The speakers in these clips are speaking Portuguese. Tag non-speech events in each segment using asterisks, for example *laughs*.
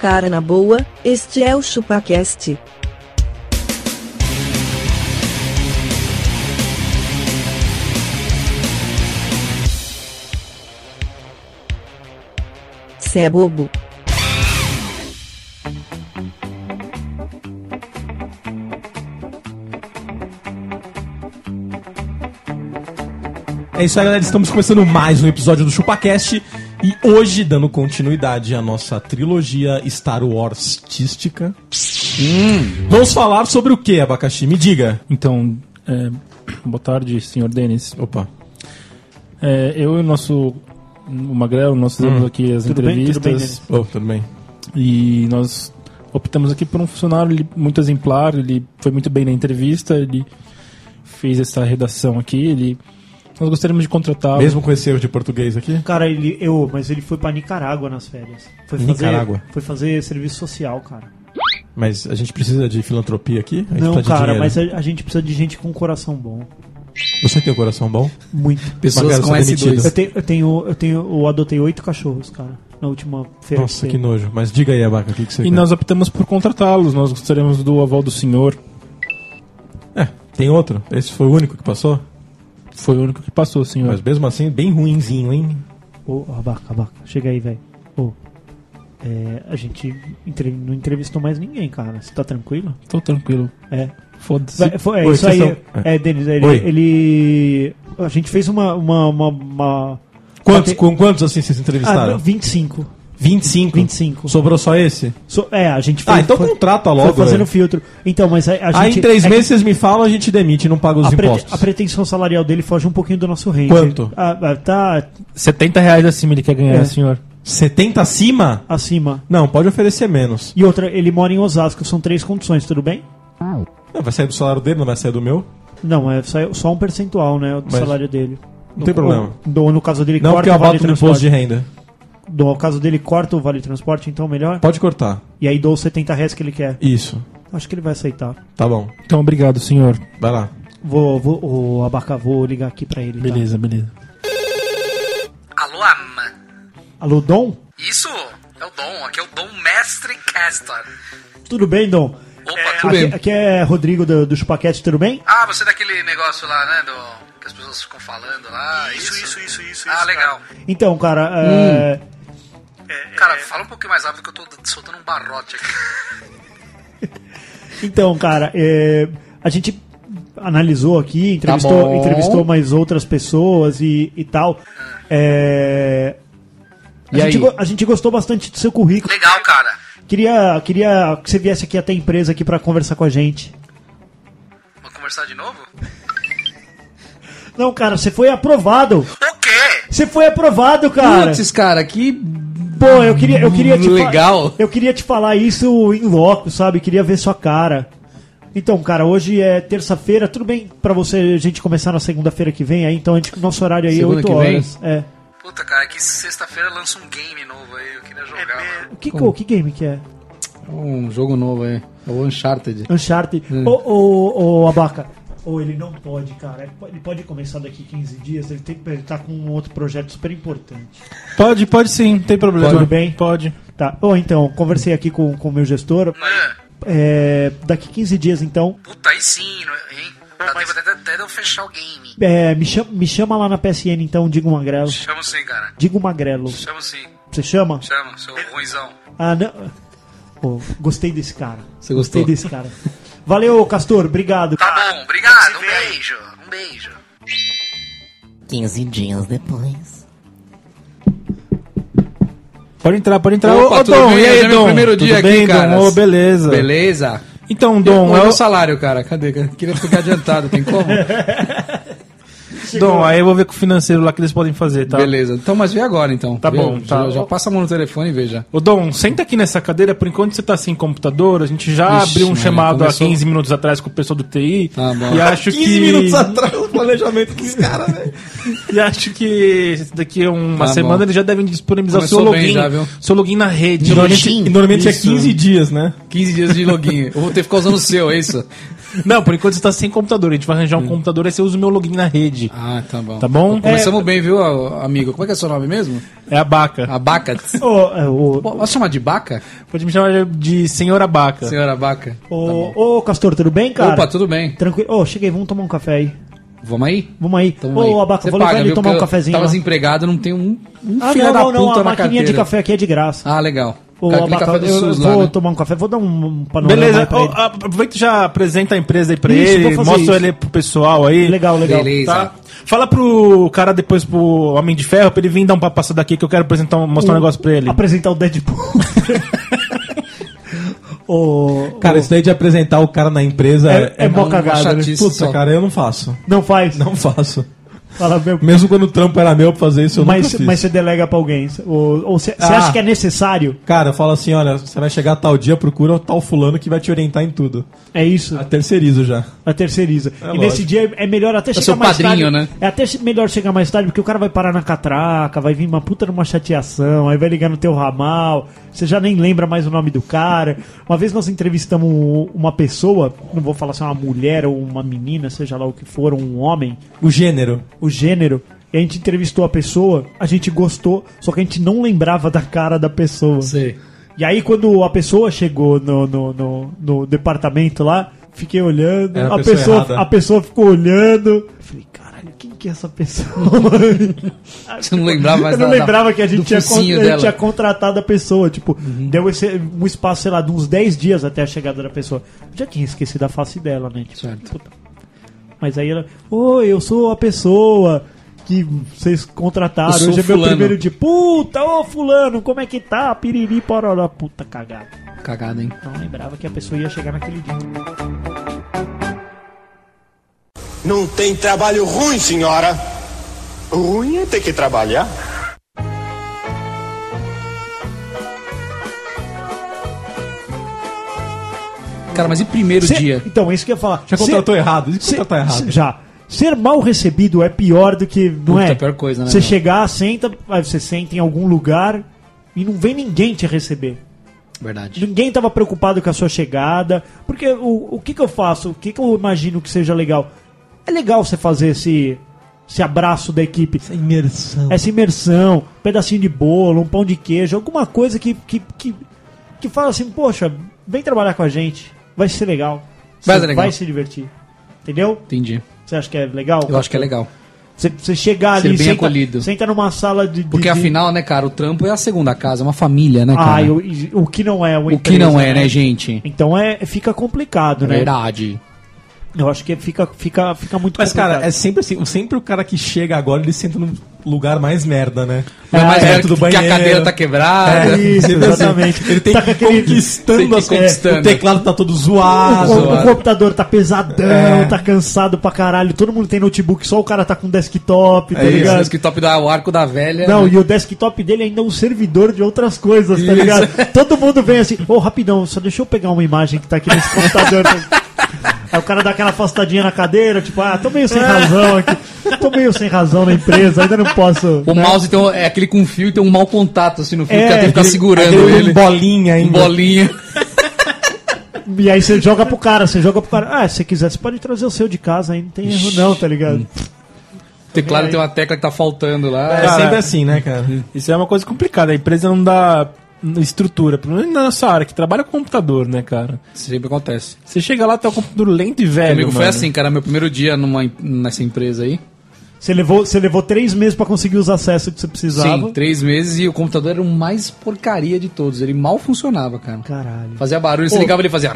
Cara na boa, este é o ChupaCast. Cê é bobo. É isso aí, galera. Estamos começando mais um episódio do ChupaCast. E hoje, dando continuidade à nossa trilogia Star Wars Tística, vamos falar sobre o que, Abacaxi? Me diga. Então, é, boa tarde, senhor Denis. Opa. É, eu e o nosso o Magrelo, nós fizemos aqui as entrevistas Oh, tudo bem. e nós optamos aqui por um funcionário ele, muito exemplar, ele foi muito bem na entrevista, ele fez essa redação aqui, ele nós gostaríamos de contratá-lo. Mesmo com esse erro de português aqui? Cara, ele. Eu, mas ele foi pra Nicarágua nas férias. Foi fazer, Nicarágua? Foi fazer serviço social, cara. Mas a gente precisa de filantropia aqui? A gente Não, precisa de cara, dinheiro. mas a, a gente precisa de gente com um coração bom. Você tem um coração bom? Muito. Pessoas Bacana, com sou S2. *laughs* demitido. Eu, te- eu tenho. Eu tenho. Eu adotei oito cachorros, cara. Na última feira. Nossa, que teve. nojo. Mas diga aí, Abaca, o que, que você E quer? nós optamos por contratá-los, nós gostaríamos do aval do senhor. É, tem outro? Esse foi o único que passou? Foi o único que passou, senhor. Mas mesmo assim, bem ruinzinho, hein? Ô, ó, abaca, abaca. Chega aí, velho. Ô. é, a gente entre- não entrevistou mais ninguém, cara. Você tá tranquilo? Tô tranquilo. É. Foda-se. Vai, foi- é Oi, isso vocês aí. estão- É, Denis, ele, Oi. ele- A gente fez uma. uma, uma, uma- Quantos, Bate- com quantos assim vocês entrevistaram? Então. Ah, 25. 25. 25. Sobrou só esse? So- é, a gente Ah, então foi- contrata foi logo. fazendo velho. filtro. Então, mas a, a gente. Aí em três é que meses vocês me falam, a gente demite, não paga os A, prete- impostos. a pretensão salarial dele foge um pouquinho do nosso range. Quanto? Ah, ah, tá 70 reais acima ele quer ganhar, É. senhor. 70 acima? acima. Não, pode oferecer menos. E outra, ele mora em Osasco, são três condições, tudo bem? Não, vai sair do salário dele, não vai sair do meu? Não, é só, só um percentual, né? Do Mas- salário dele. Não tem problema. Ou, no caso dele, Não, porque eu o vale abato no imposto de transporte. renda. No caso dele, corta o vale transporte, então melhor. Pode cortar. E aí dou os 70 reais que ele quer. Isso. Acho que ele vai aceitar. Tá bom. Então, obrigado, senhor. Vai lá. Vou, vou, o Abaca, vou ligar aqui pra ele. tá? Beleza, beleza. Alô, Ama. Alô, Dom? Isso é o Dom, aqui é o Dom Mestre Castor. Tudo bem, Dom? Opa, É, tudo aqui, bem. aqui é Rodrigo do, do Chupaquete, tudo bem? Ah, você é daquele negócio lá, né, do... que as pessoas ficam falando lá. Isso, isso, isso, isso. Ah, legal. Então, cara, é, Cara, fala um pouquinho mais rápido que eu tô soltando um barrote aqui. então, cara, é, a gente analisou aqui, Tá entrevistou, bom. entrevistou mais outras pessoas e, e tal. É, a, E gente aí? go- a gente gostou bastante do seu currículo. Legal, cara. Queria, queria que você viesse aqui até a empresa aqui para conversar com a gente. Vamos conversar de novo? Não, cara, você foi aprovado. O quê? Você foi aprovado, cara. Putz, cara, que Pô, eu queria, eu queria te fa- Legal. Eu queria te falar isso em loco, sabe? Queria ver sua cara. Então, cara, hoje é terça-feira. Tudo bem pra você a gente começar na segunda-feira que vem aí? Então, a gente, nosso horário aí é Segunda 8 que vem? horas. É. Puta, cara, que sexta-feira lança um game novo aí, eu queria jogar. mano. O que, o que game que é? um jogo novo aí. É o Uncharted. É. Uncharted. Ô, ô, ô, Abaca. Ou ele não pode, cara. Ele po- Ele pode começar daqui 15 dias. Ele, tem, ele tá com um outro projeto super importante. Pode, pode sim, não tem problema. Tudo bem? Pode. Tá. Ou então, conversei aqui com com o meu gestor. Ah, É, daqui 15 dias, então, puta, aí sim, não é- hein? Dá tempo até, até de eu fechar o game. É, me, chama, me chama lá na PSN então, diga o Magrelo. Chamo sim, cara. Diga o Magrelo. Chamo sim. Você chama? Chamo, seu ruinzão. Ah, não. Pô, gostei desse cara. Você Gostei gostou? desse cara. Valeu, Castor. Obrigado. Tá bom, obrigado. Um beijo. Um beijo. 15 dias depois. Pode entrar, pode entrar. Opa, tudo bem? Hoje é meu primeiro dia aqui, caras. Dom? Ô, beleza. Beleza. Então, Dom, Dom, é eu, o salário, cara. Cadê? Queria ficar adiantado, tem como? Dom, aí eu vou ver com o financeiro lá que eles podem fazer, *laughs* tá? Beleza. Então, mas vê agora, então. Tá Vê, bom, tá. Já, já passa a mão no telefone e veja. Ô, Dom, senta aqui nessa cadeira. Por enquanto você tá sem computador, a gente já Ixi, abriu um mano, chamado começou- há 15 minutos atrás com o pessoal do TI. Tá bom. e *laughs* acho 15 que. minutos atrás o planejamento dos caras, velho. né? E acho que daqui a uma Tá semana bom. eles já devem disponibilizar o seu Começou bem login. já, viu? Seu login na rede. E normalmente, e normalmente é 15 dias, né? 15 dias de login. Eu vou ter que ficar usando o seu, é isso? Não, por enquanto você tá sem computador. A gente vai arranjar um computador, aí você usa o meu login na rede. Ah, tá bom. Tá bom? Começamos bem, viu, a- amigo? Como é que é seu nome mesmo? É a Baca. *laughs* Abaca. Ô, é, ô, Posso chamar de Baca? Pode me chamar de Senhora Baca. Senhora Abaca. ô, ô, Castor, tudo bem, cara? Opa, tudo bem. Tranquilo. Ô, cheguei, vamos tomar um café aí. Vamos aí? Vamos aí. Tamo aí. Ô, Abaca, Você vou levar paga, ele viu? tomar Porque um eu cafezinho. Tava lá. desempregado, não tem um, um Ah, filho não, não, da não, puta a na maquininha de carteira. café aqui é de graça. Ah, legal. Ô, Cara, aquele Abaca, café do eu, eu SUS lá, vou né? tomar um café, vou dar um panorama Beleza, aí pra ó, ele. aproveita que já apresenta a empresa aí pra Isso, vou ele, fazer mostra isso. ele pro pessoal aí. Legal, legal. Beleza. Tá? Fala pro cara depois, pro Homem de Ferro, pra ele vir dar um papo passado aqui que eu quero apresentar, um- mostrar um negócio pra ele. Apresentar o Deadpool. *laughs* Ô, Cara, ô, isso daí de apresentar o cara na empresa é, é, é, mó uma cagada, né? chatice. Puta, só. cara, eu não faço. Não faz. Não faço. Fala meu. Mesmo quando o trampo era meu pra fazer isso, eu não nunca Mas, fiz. mas você delega pra alguém. Ou ou você você Ah. acha que é necessário? Cara, fala assim, olha, você vai chegar tal dia, procura o tal fulano que vai te orientar em tudo. É isso. A terceirizo já. A terceiriza. e lógico. nesse dia é melhor até chegar seu mais padrinho, tarde. né? É até che- melhor chegar mais tarde, porque o cara vai parar na catraca, vai vir uma puta numa chateação, aí vai ligar no teu ramal, você já nem lembra mais o nome do cara. Uma vez nós entrevistamos um- uma pessoa, não vou falar se é uma mulher ou uma menina, seja lá o que for, ou um homem, O gênero. o gênero. E a gente entrevistou a pessoa, a gente gostou, só que a gente não lembrava da cara da pessoa. Sei. E aí, quando a pessoa chegou no, no, no, no departamento lá, fiquei olhando, Era a a, pessoa pessoa, errada. a pessoa ficou olhando. Eu Falei, caralho, quem que é essa pessoa? *laughs* Você não lembrava mais Tipo, Eu não da- da- lembrava que a gente, do tinha, con- focinho a gente dela. Uhum. tinha contratado a pessoa. Tipo, deu esse, um espaço, sei lá, de uns 10 dias até a chegada da pessoa. Eu já tinha esquecido a face dela, né? Tipo, Certo. puta. Mas aí ela, oi, eu sou a pessoa que vocês contrataram. Eu sou Hoje é meu fulano." primeiro dia. Puta, ô fulano, como é que tá? Piriri, pororó. Puta cagada. Cagada, hein? Não lembrava que a pessoa ia chegar naquele dia. Não tem trabalho ruim, senhora. Ruim é ter que trabalhar. Cara, mas e primeiro Ser- dia? Então, é isso que eu ia falar. Já Ser- contratou errado. Isso que ser- contratou tá errado. Já. Ser mal recebido é pior do que. Não Puta, é? a pior coisa, né, Você meu? chegar, senta, aí você senta em algum lugar e não vem ninguém te receber. Verdade. Ninguém tava preocupado com a sua chegada. Porque o, o que que eu faço? O que que eu imagino que seja legal? É legal você fazer esse, esse abraço da equipe. Essa imersão. essa imersão, um pedacinho de bolo, um pão de queijo, alguma coisa que, que, que, que fala assim, poxa, vem trabalhar com a gente, vai ser legal. Vai Você ser legal. vai se divertir. Entendeu? Entendi. Você acha que é legal? Eu acho que é legal. Você, você chegar Ser ali, bem senta, acolhido. senta numa sala de... de- de- Porque afinal, né, cara, o trampo é a segunda casa, é uma família, né, cara? Ah, eu- e- o que não é uma O que não empresa, é, né, gente? Então é, fica complicado, né? Verdade. Eu acho que fica, fica, fica muito Mas, complicado. cara, é sempre assim. Sempre o cara que chega agora, ele senta num lugar mais merda, né? Não é mais perto velho do que, que a banheiro. cadeira tá quebrada. Isso, Sempre assim. exatamente. Ele tem Tá que ir com aquele- tem que conquistando ir as coisas. conquistando. O teclado tá todo O, zoado. o computador tá pesadão, É. tá cansado pra caralho. Todo mundo tem notebook, só o cara tá com desktop, É tá isso, Esse ligado? desktop dá o arco da velha. Não, né? e o desktop dele ainda é um servidor de outras coisas, tá Isso. ligado? Todo mundo vem assim, ô, rapidão, só deixa eu pegar uma imagem que tá aqui nesse computador. Aí o cara dá aquela afastadinha na cadeira, tipo, ah, tô meio sem razão aqui. Tô meio sem razão na empresa, ainda não posso. né?" o mouse tem um- é aquele com fio e tem um mau contato assim no fio, É, que tem que ficar aquele- segurando Aquele ele. Um bolinha ainda. Bolinha. E aí você joga pro cara, você joga pro cara. Ah, se você quiser, você pode trazer o seu de casa aí, não tem erro não, tá Hum. ligado? O teclado tem uma tecla que tá faltando lá. É sempre assim, né, cara? Isso é uma coisa complicada. A empresa não dá estrutura, pelo menos na nossa área, que trabalha com computador, né, cara? Sempre acontece. Você chega lá, tá o computador lento e velho. Comigo foi mano. assim, cara, meu primeiro dia numa, em- nessa empresa aí. Você levou, você levou três meses pra conseguir os acessos que você precisava. Sim, três meses e o computador era o mais porcaria de todos. Ele mal funcionava, cara. Caralho. Fazia barulho, você Pô. ligava ele fazia.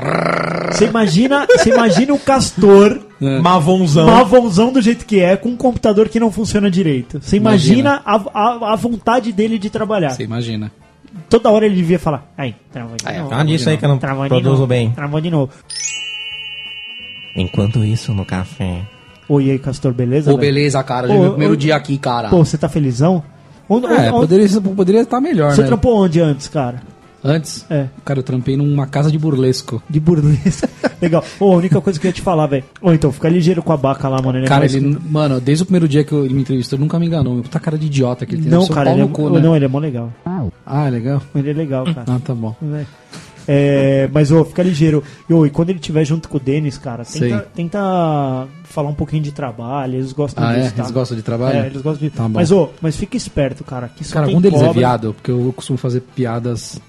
Você imagina, você imagina o castor, É. Mavonzão. mavonzão do jeito que é, com um computador que não funciona direito. Você imagina, A, a, a vontade dele de trabalhar. Você imagina. Tá Toda hora ele devia falar, aí, travou de Aí, novo. Ah, nisso aí que eu não Travou de produzo novo. bem. Travou de novo. Enquanto isso, no café. Oi, e aí, castor, beleza? Pô, velho? beleza, cara. Ô, Hoje é meu ô, primeiro ô. dia aqui, cara. Pô, você tá felizão? Onde, onde- é, onde- poderia estar poderia tá melhor, Você né? trampou onde antes, cara? Antes, É. cara, eu trampei numa casa de burlesco. De *laughs* burlesque. Legal. Ô, a única coisa que eu ia te falar, velho. Ô, então, fica ligeiro com a baca lá, mano. é Cara, nóis. ele, mano, desde o primeiro dia que eu- ele me entrevistou, ele nunca me enganou. Meu puta cara de idiota que ele tem. Não, Deve ser um cara, pau ele é, no cu, né? não, ele é mó legal. Ah, legal. Ele é legal, cara. Ah, tá bom. Né? É, mas, ô, fica ligeiro. E, ô, e quando ele estiver junto com o Denis, cara, Sei. tenta, tenta falar um pouquinho de trabalho. Eles gostam Ah, é? disso, tá? Eles gostam de trabalho? É, eles gostam de... Tá bom. mas, ô, mas fica esperto, cara. Que só Cara, tem algum deles é pobre. viado, porque eu costumo fazer piadas.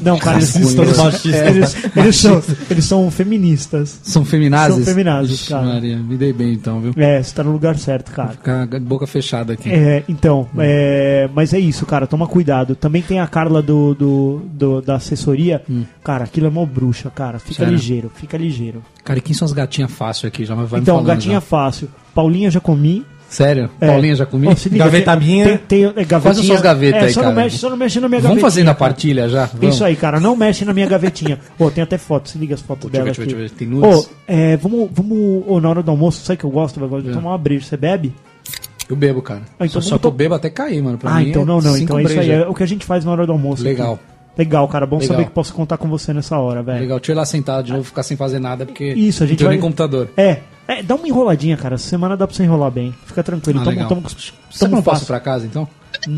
Não, cara, eles, eles, Racistas, *laughs* machistas. é, eles- eles são, eles são feministas. São feminazes? São feminazes, Ixi, cara. Maria, me dei bem então, viu? É, você tá no lugar certo, cara. Ficar de boca fechada aqui. É, então, é, mas é isso, cara, toma cuidado. Também tem a Carla do, do, do- da assessoria. Cara, aquilo é mó bruxa, cara. Fica Hum. Sério? ligeiro, fica ligeiro. Cara, e quem são as gatinhas fácil aqui? Já vai me então, falando gatinha já. fácil. Paulinha já comi. Sério? É. Paulinha já comi? Ó, se liga, Gaveta tem- minha. Tem, tem, é, gavetinha. Faz as suas gavetas É, aí, só cara. Não mexe, só não mexe na minha Vamos gavetinha. fazendo a cara. É partilha já? Vamos. Isso aí, cara, não mexe na minha gavetinha. Pô, tem até foto, se liga as fotos Deixa eu dela. ver, deixa eu ver, aqui. deixa eu ver. Tem Ô, nudes? é, vamos, vamos ô, na hora do almoço, sabe que eu gosto? Eu É. gosto de tomar uma breja. Você bebe? Eu bebo, cara. Ah, então só só vamos que eu to- bebo até cair, mano. Pra ah, mim então não, não. cinco Então é isso aí. brejas. É o que a gente faz na hora do almoço. Legal. aqui. Legal, cara. Bom Legal. saber que posso contar com você nessa hora, velho. É Legal, deixa eu ir lá sentado de novo, ficar sem fazer nada, porque Isso, a gente não vai- tem nem computador. É, é, dá uma enroladinha, cara. Essa semana dá pra você enrolar bem. Fica tranquilo. Ah, tamo, legal. tamo, Você tamo não passa fácil. pra casa, então?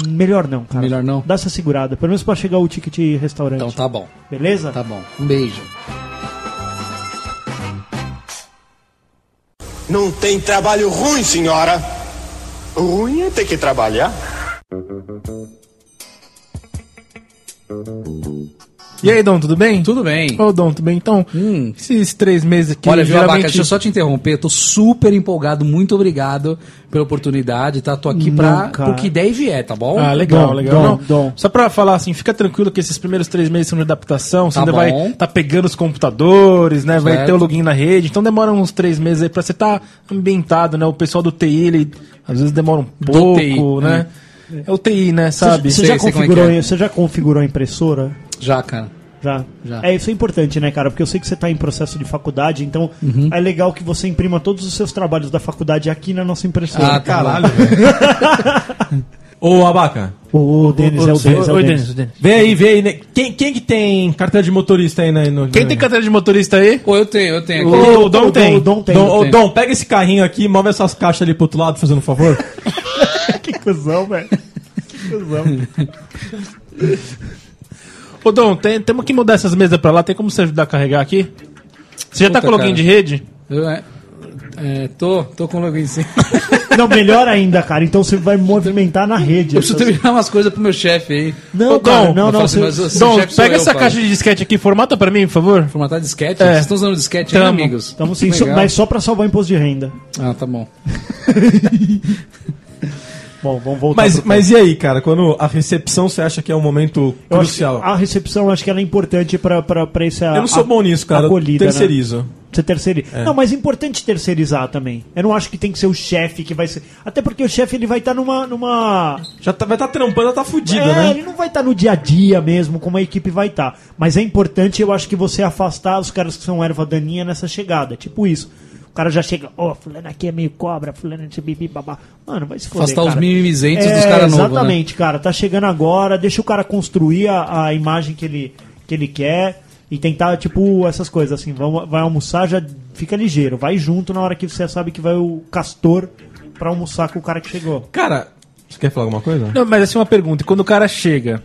Melhor não, cara. Melhor não? Dá essa segurada. Pelo menos pra chegar o ticket restaurante. Então tá bom, Beleza? tá bom. Um beijo. Não tem trabalho ruim, senhora. Ruim é ter que trabalhar. E aí, Dom, tudo bem? Tudo bem. Ô, Dom, tudo bem? Então, Hum. esses três meses aqui. Olha, viu, Abaca, geralmente- deixa eu só te interromper, eu tô super empolgado, muito obrigado pela oportunidade, tá? Tô aqui pra... Não, cara. porque ideia vier, tá bom? Ah, legal, Dom, legal. Dom, Não, Dom. Só pra falar assim, fica tranquilo que esses primeiros três meses são de adaptação, você Tá ainda bom. vai tá pegando os computadores, né? Vai Certo. ter o login na rede, então demora uns três meses aí pra você tá ambientado, né? O pessoal do TI, ele às vezes demora um pouco, TI, né? É o TI, né? Sabe? Você, Sei, já sei como é configurou, que é. você já configurou a impressora? Já, cara. Já. Já. É, isso é importante, né, cara? Porque eu sei que você tá em processo de faculdade, então Uhum. é legal que você imprima todos os seus trabalhos da faculdade aqui na nossa impressora. Ah, tá bom. Ô, Abaca, O, Denis é o Denis. É o Oi, Denis. Denis, o Denis. vê aí, vê aí. né? Quem, quem que tem carteira de motorista aí? Né, no, Quem tem carteira de motorista aí? Ô, eu tenho, eu tenho. aqui. O, Dom tem. O Dom tem. Dom, ô, tem. Dom, pega esse carrinho aqui, move essas caixas ali pro outro lado, fazendo um *laughs* favor. Que cuzão, velho. Que cuzão. Ô, Dom, tem- temos que mudar essas mesas pra lá, tem como você ajudar a carregar aqui? Você já tá Puta, com login cara. de rede? Eu, é, é, tô, tô com login sim. *laughs* Não, melhor ainda, cara. Então você vai movimentar na rede. Eu preciso terminar umas coisas pro meu chefe aí. Não, Ô, cara, Dom, não, não. eu falo você- assim, mas Esse Dom, chefe sou pega eu, essa cara. caixa de disquete aqui, formata pra mim, por favor. Formatar disquete? É. Vocês estão usando disquete, né, Tamo. amigos? Estamos sim, só- Legal. mas só pra salvar imposto de renda. Ah, tá bom. Bom, vamos voltar. Mas, pro- mas e aí, cara? Quando a recepção você acha que é um momento Eu acho crucial? que a recepção, eu acho que ela é importante pra, pra, pra esse. Eu não sou bom nisso, cara. Eu Acolhida, né? terceirizo. Você terceiriza. Não, mas é importante terceirizar também. Eu não acho que tem que ser o chefe que vai ser. Até porque o chefe ele vai estar numa. numa... Já tá- vai estar tá trampando, já tá fudido, É, né? ele não vai estar no dia a dia mesmo, como a equipe vai estar. Mas é importante, eu acho, que você afastar os caras que são erva daninha nessa chegada. Tipo isso. O cara já chega, ó, fulano aqui é meio cobra, fulano é bibi babá. Mano, vai se foder, Afastar os cara. É, mimizentes dos caras novos, né? Exatamente, cara. Tá chegando agora, deixa o cara construir a, a imagem que ele, que ele quer e tentar, tipo, essas coisas assim. Vamos, vai almoçar, já fica ligeiro. Vai junto na hora que você sabe que vai o castor pra almoçar com o cara que chegou. Cara, você quer falar alguma coisa? Não, mas assim, uma pergunta. E Quando o cara chega,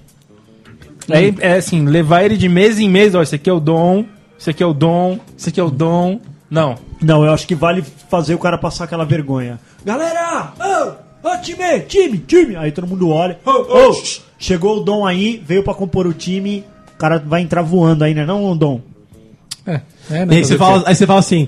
aí, é assim, levar ele de mês em mês, ó, esse aqui é o dom, esse aqui é o dom, esse aqui é o dom. Não. *laughs* Não, eu acho que vale fazer o cara passar aquela vergonha. Galera! Ô! Ô, time! Time! Time! Aí todo mundo olha. Ô, ô! Chegou o Dom aí, veio pra compor o time. O cara vai entrar voando aí, né? Não, Dom? É, é, E né? aí você, Fazer o fala, quê? aí você fala assim: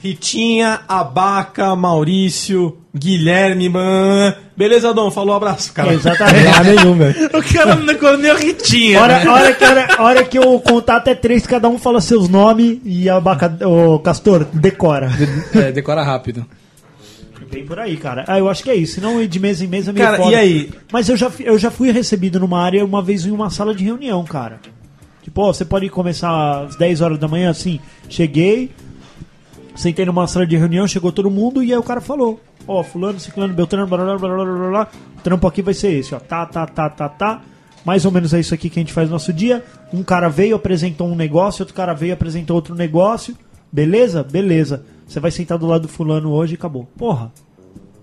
Ritinha, Abaca, Maurício, Guilherme, man. Beleza, Dom? Falou, um abraço, cara. *laughs* é Exatamente. nenhum, velho. O cara não decorou nem o Ritinha. né? né? Hora, hora, que, hora, hora que o contato é três, cada um fala seus nomes e a Baca, o Castor decora. É, decora rápido. Bem por aí, cara. Ah, eu acho que é isso. Senão ir de mês em mês é meio Cara, foda. e aí? Mas eu já, fi- eu já fui recebido numa área uma vez em uma sala de reunião, cara. Tipo, ó, você pode começar às 10 horas da manhã, assim. Cheguei, sentei numa sala de reunião, chegou todo mundo e aí o cara falou: Ó, fulano, ciclano, beltrano, blá blá blá blá blá blá, blá. O trampo aqui vai ser esse, ó. Tá, tá, tá, tá, tá. Mais ou menos é isso aqui que a gente faz no nosso dia. Um cara veio, apresentou um negócio, outro cara veio, apresentou outro negócio. Beleza? Beleza. Você vai sentar do lado do fulano hoje e acabou. Porra.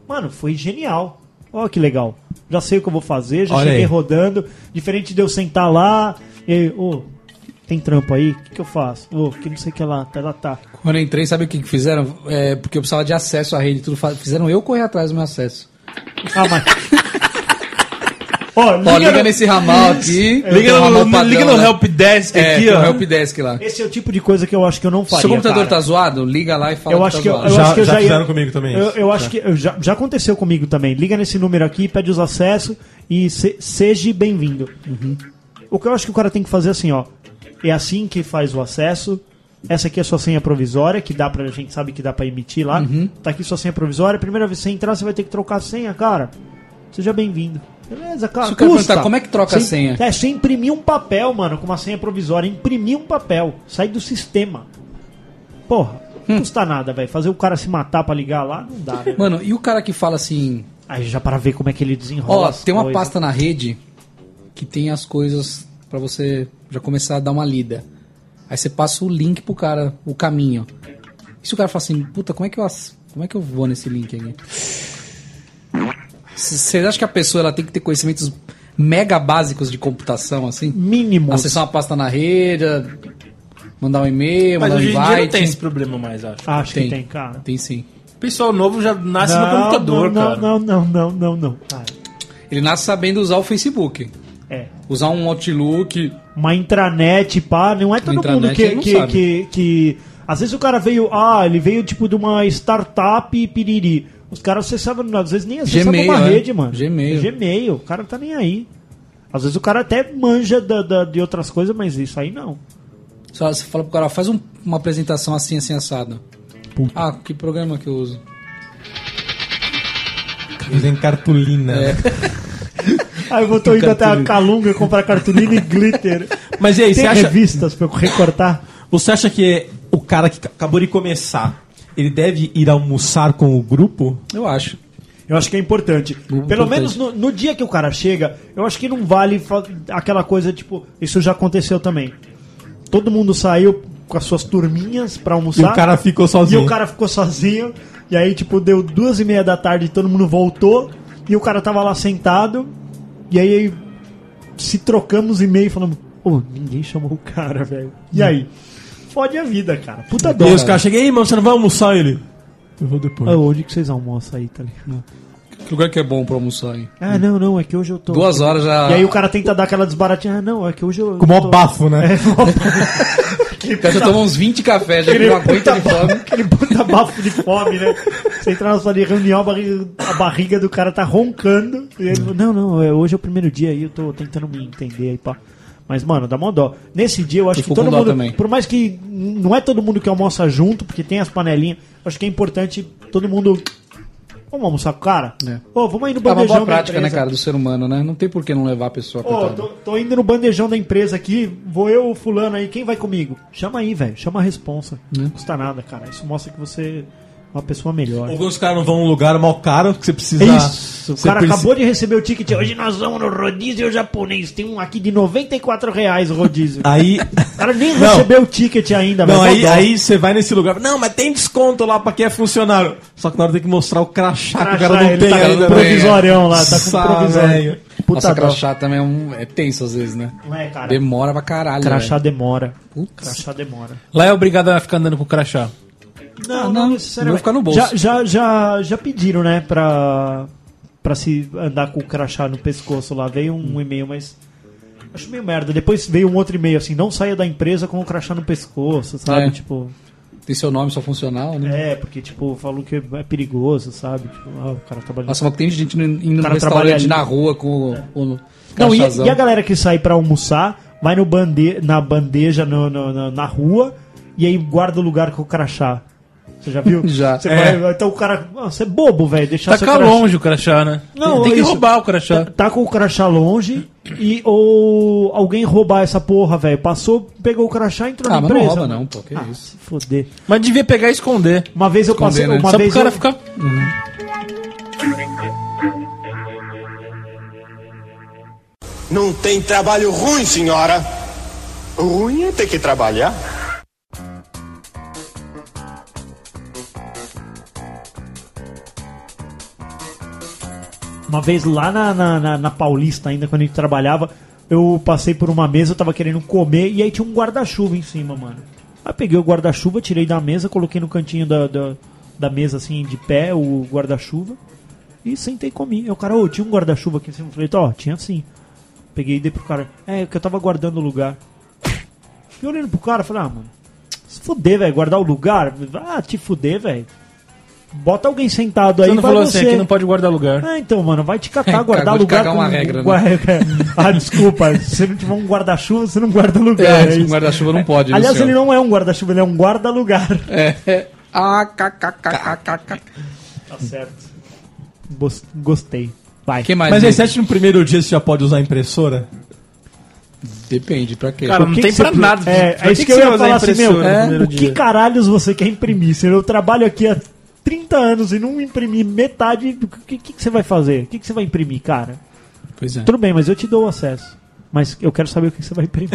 Mano, foi genial. Ó, que legal. Já sei o que eu vou fazer, já Olha cheguei aí. rodando. Diferente de eu sentar lá e. Ô, tem trampo aí? O que, que eu faço? Ô, que não sei o que lá. Tá, lá tá. Quando eu entrei, sabe o que que fizeram? É, porque eu precisava de acesso à rede, e tudo fa- fizeram eu correr atrás do meu acesso. Ah, mas. Ó, Ó, liga no- nesse ramal É, aqui. Liga tem um no, ramal no, padrão, liga no né? helpdesk É, aqui, tem um ó. helpdesk lá. Esse é o tipo de coisa que eu acho que eu não faria. Seu computador cara. tá zoado? Liga lá e fala Eu que acho tá que eu, zoado. eu Já- acho que eu já já, ia- fizeram comigo também Eu, isso. né? eu acho que eu já, já aconteceu comigo também. Liga nesse número aqui, pede os acessos e se- seja bem-vindo. Uhum. O que eu acho que o cara tem que fazer é assim, ó. É assim que faz o acesso. Essa aqui é a sua senha provisória, que dá pra a gente sabe que dá pra emitir lá. Uhum. Tá aqui sua senha provisória. Primeira vez que você entrar, você vai ter que trocar a senha, cara. Seja bem-vindo. Beleza, cara. Se o cara custa. perguntar, como é que troca a Sim. senha? É, você imprimir um papel, mano, com uma senha provisória. Imprimir um papel. Sai do sistema. Porra, Hum. não custa nada, velho. Fazer o cara se matar pra ligar lá, não dá, *laughs* né? Mano, e o cara que fala assim, Aí já para ver como é que ele desenrola. Ó, as tem uma coisas. pasta na rede que tem as coisas pra você já começar a dar uma lida. Aí você passa o link pro cara, o caminho. E se o cara fala assim, puta, como é que eu, ass- como é que eu vou nesse link aqui? C- Você acha que a pessoa ela tem que ter conhecimentos mega básicos de computação, assim? Mínimo. Acessar uma pasta na rede, mandar um e-mail, Mas mandar um hoje em dia não tem esse invite. problema mais, acho. Acho Tem. que tem, cara. Tem sim. O pessoal novo já nasce no computador, não, cara. Não, não, não, não, não. Ah, Ele nasce sabendo usar o Facebook. é. Usar um Outlook, Uma intranet, pá, não é todo mundo intranet que, ele não que, sabe. que, que- Às vezes o cara veio. Ah, ele veio tipo de uma startup e piriri. Os caras acessavam, às vezes nem acessavam Gmail, uma né? rede, mano. Gmail. Gmail, o cara tá nem aí. Às vezes o cara até manja da, da- de outras coisas, mas isso aí não. Só Você fala pro cara, faz um- uma apresentação assim, assim, assado. Ah, que programa que eu uso? Dizem cartolina. né? Aí Ah, eu tô indo até a Calunga comprar cartolina e glitter. *laughs* Mas e aí, Tem você acha, revistas pra eu recortar? você acha que o cara que acabou de começar, ele deve ir almoçar com o grupo? Eu acho. Eu acho que é importante. Pelo menos no, no dia que o cara chega, eu acho que não vale fa- aquela coisa tipo. Isso já aconteceu também. Todo mundo saiu com as suas turminhas pra almoçar. E o cara ficou E sozinho. o cara ficou sozinho. E aí, tipo, deu duas e meia da tarde e todo mundo voltou. E o cara tava lá sentado. E aí, se trocamos e-mail falando: Pô, ninguém chamou o cara, velho. E aí? Fode a vida, cara. Puta E dó. aí os caras chegam, ei, mano, você não vai almoçar ele? Eu vou depois. Ah, onde que vocês almoçam aí, tá ligado? Que lugar que é bom pra almoçar, hein? Ah, não, não, é que hoje eu tô. Duas horas já. E aí o cara tenta dar aquela desbaratinha. Ah, não, é que hoje eu. Com o maior tô- bafo, né? o cara já tomou uns 20 cafés, já não aguenta de fome. Aquele puta bafo de fome, né? Você entra na sua de reunião, a barriga, a barriga do cara tá roncando. E ele, não, não, é, hoje é o primeiro dia aí, eu tô tentando me entender aí, pá. Mas, mano, dá mó dó. Nesse dia eu acho Eu que fico todo com dó mundo. também. Por mais que n- não é todo mundo que almoça junto, porque tem as panelinhas, eu acho que é importante todo mundo. Vamos almoçar com o cara? É. Ô, vamos aí no É uma bandejão. boa da prática, né, empresa. cara, do ser humano, né? Não tem por que não levar a pessoa Ô, coitada. tô, tô indo no bandejão da empresa aqui, vou eu, o fulano aí, quem vai comigo? Chama aí, velho, chama a responsa. Né? Não custa nada, cara. Isso mostra que você é uma pessoa melhor. Ou quando os caras não vão num lugar mal caro, que você precisa. É isso, o você cara preci- acabou de receber o ticket. Hoje nós vamos no rodízio japonês. Tem um aqui de 94 reais o rodízio. Aí. *laughs* O cara nem Ah. Não. recebeu o ticket ainda, tá Não, aí, Mó dó. aí você vai nesse lugar. Não, mas tem desconto lá pra quem é funcionário. Só que na hora tem que mostrar o crachá, Crachá, que o cara não ele tem tá com ainda. um né? provisorião lá, tá com um Sá, provisório. velho. Puta Nossa, dó. crachá também é, um, é tenso às vezes, né? Não é, cara. Demora pra caralho. né? Crachá velho. demora. Putz. Crachá demora. Lá é obrigado a ficar andando com o crachá. Ah, Não, não, não, necessariamente. vou ficar no bolso. Já, já, já, já pediram, né, pra, pra se andar com o crachá no pescoço lá. Veio um e-mail, mas. Acho meio merda. Depois veio um outro e-mail assim: não saia da empresa com o crachá no pescoço, sabe? É. Tipo. Tem seu nome, só funcional, né? É, porque, tipo, falou que é perigoso, sabe? Tipo, ah, o cara trabalha. Nossa, mas tem gente indo indo no cara trabalha restaurante ali. na rua com o, o não, e, crachazão. e a galera que sai pra almoçar, vai no bande na bandeja no- no- no- na rua e aí guarda o lugar com o crachá. Você já viu? *laughs* Já. Você É. vai- então o cara. ah, Você é bobo, velho. Deixar Tá seu cá crachá- longe o crachá, né? Não, tem que isso- roubar o Tá, crachá. tá com o crachá longe e ou alguém roubar essa porra, velho. Passou, pegou o crachá e entrou Ah, na mas não empresa. rouba mano. não, pô, que ah, isso. se foder. Mas devia pegar e esconder. Uma vez eu passei, né? uma Só pro vez cara eu, ficar. tá Não tem trabalho ruim, senhora. Ruim é ter que trabalhar. Uma vez lá na, na, na- na Paulista, ainda quando a gente trabalhava, eu passei por uma mesa, eu tava querendo comer, e aí tinha um guarda-chuva em cima, mano. Aí peguei o guarda-chuva, tirei da mesa, coloquei no cantinho da, da, da mesa, assim, de pé, o guarda-chuva, e sentei e comi. Aí o cara, ô, tinha um guarda-chuva aqui em cima. Eu falei, ó, tinha sim. Peguei e dei pro cara, é, que eu tava guardando o lugar. E olhando pro cara, eu falei, ah, mano, se fuder, velho, guardar o lugar, ah, te fuder, velho. Bota alguém sentado aí, Você não vai falou assim, você. aqui não pode guardar lugar. Ah, então, mano, vai te catar, Cagou guardar de lugar. cagar com- uma regra, *laughs* né? guarda- ah, desculpa, se você não tiver um guarda-chuva, você não guarda lugar. É, é um isso. guarda-chuva não pode. né, Aliás, senhor? ele não é um guarda-chuva, ele é um guarda-lugar. É. Ah, kkkkkk. Tá certo. Gos- Gostei. Vai. que mais? Mas aí, Ney? você acha que no primeiro dia você já pode usar a impressora? Depende, pra quê? Cara, O não que tem que pra você- nada. É, Pra é que isso que, que eu você ia vai usar falar assim, meu. impressora no é, primeiro o que dia? caralhos você quer imprimir? Se eu trabalho aqui há 30 anos e não imprimi metade, o que, que, que você vai fazer? O que, que você vai imprimir, cara? Pois é. Tudo bem, mas eu te dou o acesso. Mas eu quero saber o que que você vai imprimir.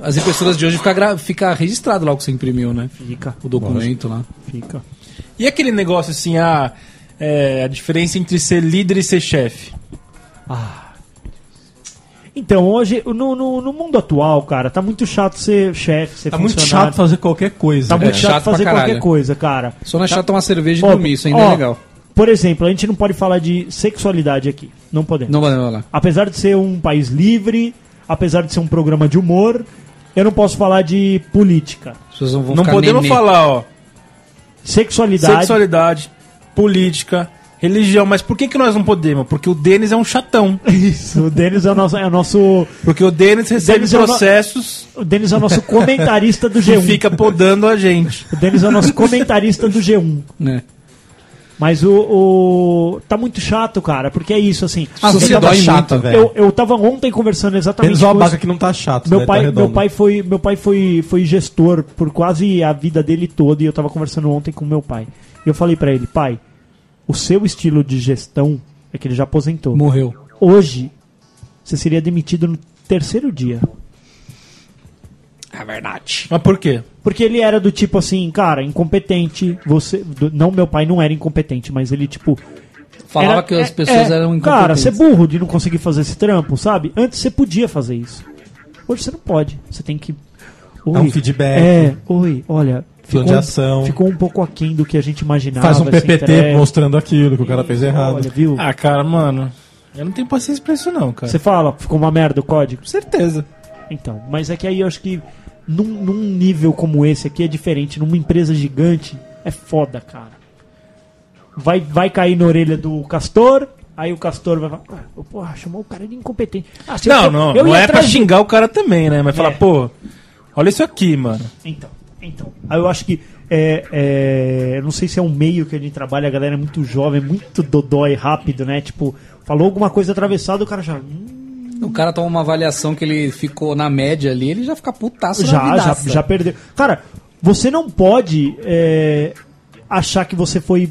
As impressoras de hoje fica, gra- fica registrado lá o que você imprimiu, né? Fica, O documento lá. fica. E aquele negócio assim, ah, é, a diferença entre ser líder e ser chefe? Então, hoje, no, no, no mundo atual, cara, tá muito chato ser chefe, ser Tá muito funcionário. chato fazer qualquer coisa. Tá muito É, chato, chato pra fazer caralho. qualquer coisa, cara. Só não é chato tomar cerveja e Ó, dormir, isso ainda ó, é legal. Por exemplo, a gente não pode falar de sexualidade aqui. Não podemos. Não, vai vai lá. Apesar de ser um país livre, apesar de ser um programa de humor, eu não posso falar de política. As pessoas vão não ficar podemos nenê. falar, ó, Sexualidade. sexualidade, política, religião, mas por que, que nós não podemos? Porque o Denis é *laughs* um chatão. Isso, o Denis é o nosso. É o nosso Porque o Denis recebe Denis é o no- processos o Denis é o nosso *laughs* comentarista do e G1. fica podando a gente. O Denis é o nosso comentarista do G1. Né? Mas o, o- Tá muito chato, cara, porque é isso, assim. A eu, vida tava, dói chata, muito. velho. eu, eu tava ontem conversando exatamente *laughs* Menos uma com isso. vaca que não tá chato, né? Meu Tá pai, meu redondo. pai, foi, meu pai foi, foi gestor por quase a vida dele toda e eu tava conversando ontem com meu pai. E eu falei pra ele, pai, o seu estilo de gestão é que ele já aposentou. Morreu. Hoje, você seria demitido no terceiro dia. É verdade. Mas por quê? Porque ele era do tipo assim, cara, incompetente. Você, do- não, meu pai não era incompetente, mas ele tipo Falava era- que as é- pessoas é, eram incompetentes. Cara, você é burro de não conseguir fazer esse trampo, sabe? Antes você podia fazer isso. Hoje você não pode. Você tem que. Oi, Dá um feedback. É, oi, olha. Plano de ação. Ficou um pouco aquém do que a gente imaginava. assim, Faz um essa PPT entrega. mostrando aquilo que o cara fez errado. Olha, viu? Ah, cara, mano, eu não tenho paciência pra isso não, cara. Você fala, ficou uma merda o código? Com certeza. Então, mas é que aí eu acho que num, num nível como esse aqui é diferente. Numa empresa gigante é foda, cara. Vai, vai cair na orelha do Castor, aí o Castor vai falar, ah, porra, chamou o cara de incompetente. Ah, Tipo, se eu Não, sou- não, eu não ia é pra atrás de- xingar o cara também, né? Mas falar, É. pô, olha isso aqui, mano. Então, então. Aí eu acho que. É, é, eu não sei se é um meio que a gente trabalha, a galera é muito jovem, muito dodói rápido, né? Tipo, falou alguma coisa atravessada, o cara já. hum, O cara toma uma avaliação que ele ficou na média ali, ele já fica putaço na já, já, vidaça. já perdeu. Cara, você não pode é, achar que você foi.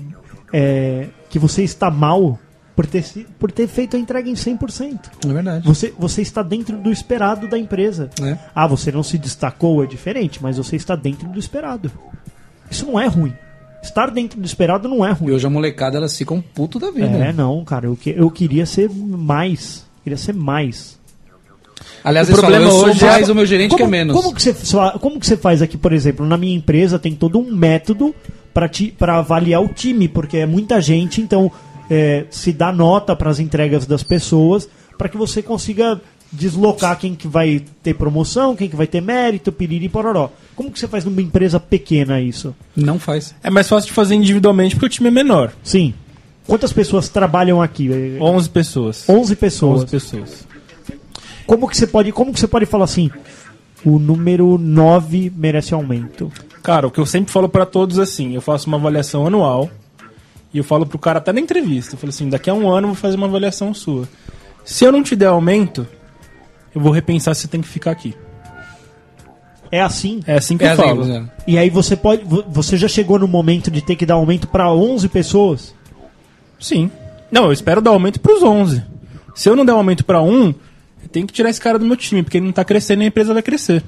é, que você está mal por ter, se- por ter feito a entrega em 100%. É verdade. Você, você está dentro do esperado da empresa. É. Ah, você não se destacou, é diferente, mas você está dentro do esperado. Isso não é ruim. Estar dentro do esperado não é E ruim. hoje a molecada, elas ficam puto da vida. É, não, cara. Eu, que, eu queria ser mais. Queria ser mais. Aliás, O eles falam, problema eu sou hoje é- mais, o meu gerente como, quer menos. Como que, você, fa- como que você faz aqui, por exemplo, na minha empresa tem todo um método pra ti- pra avaliar o time, porque é muita gente, então é, se dá nota pras entregas das pessoas pra que você consiga deslocar quem que vai ter promoção, quem que vai ter mérito, piriri e pororó. Como que você faz numa empresa pequena isso? Não faz. É mais fácil de fazer individualmente porque o time é menor. Sim. Quantas pessoas trabalham aqui? É, 11 pessoas. 11 pessoas. 11 pessoas. Como que você pode, como que você pode falar assim? O número 9 merece aumento. Cara, o que eu sempre falo pra todos assim, eu faço uma avaliação anual e eu falo pro cara até na entrevista, eu falo assim, daqui a um ano eu vou fazer uma avaliação sua. Se eu não te der aumento, eu vou repensar se você tem que ficar aqui. É assim. É assim que É eu assim que falo. funciona. E aí você pode, vo- você já chegou no momento de ter que dar aumento pra 11 pessoas? Sim. Não, eu espero dar aumento pros 11. Se eu não der aumento pra um, eu tenho que tirar esse cara do meu time, porque ele não tá crescendo e a empresa vai crescer.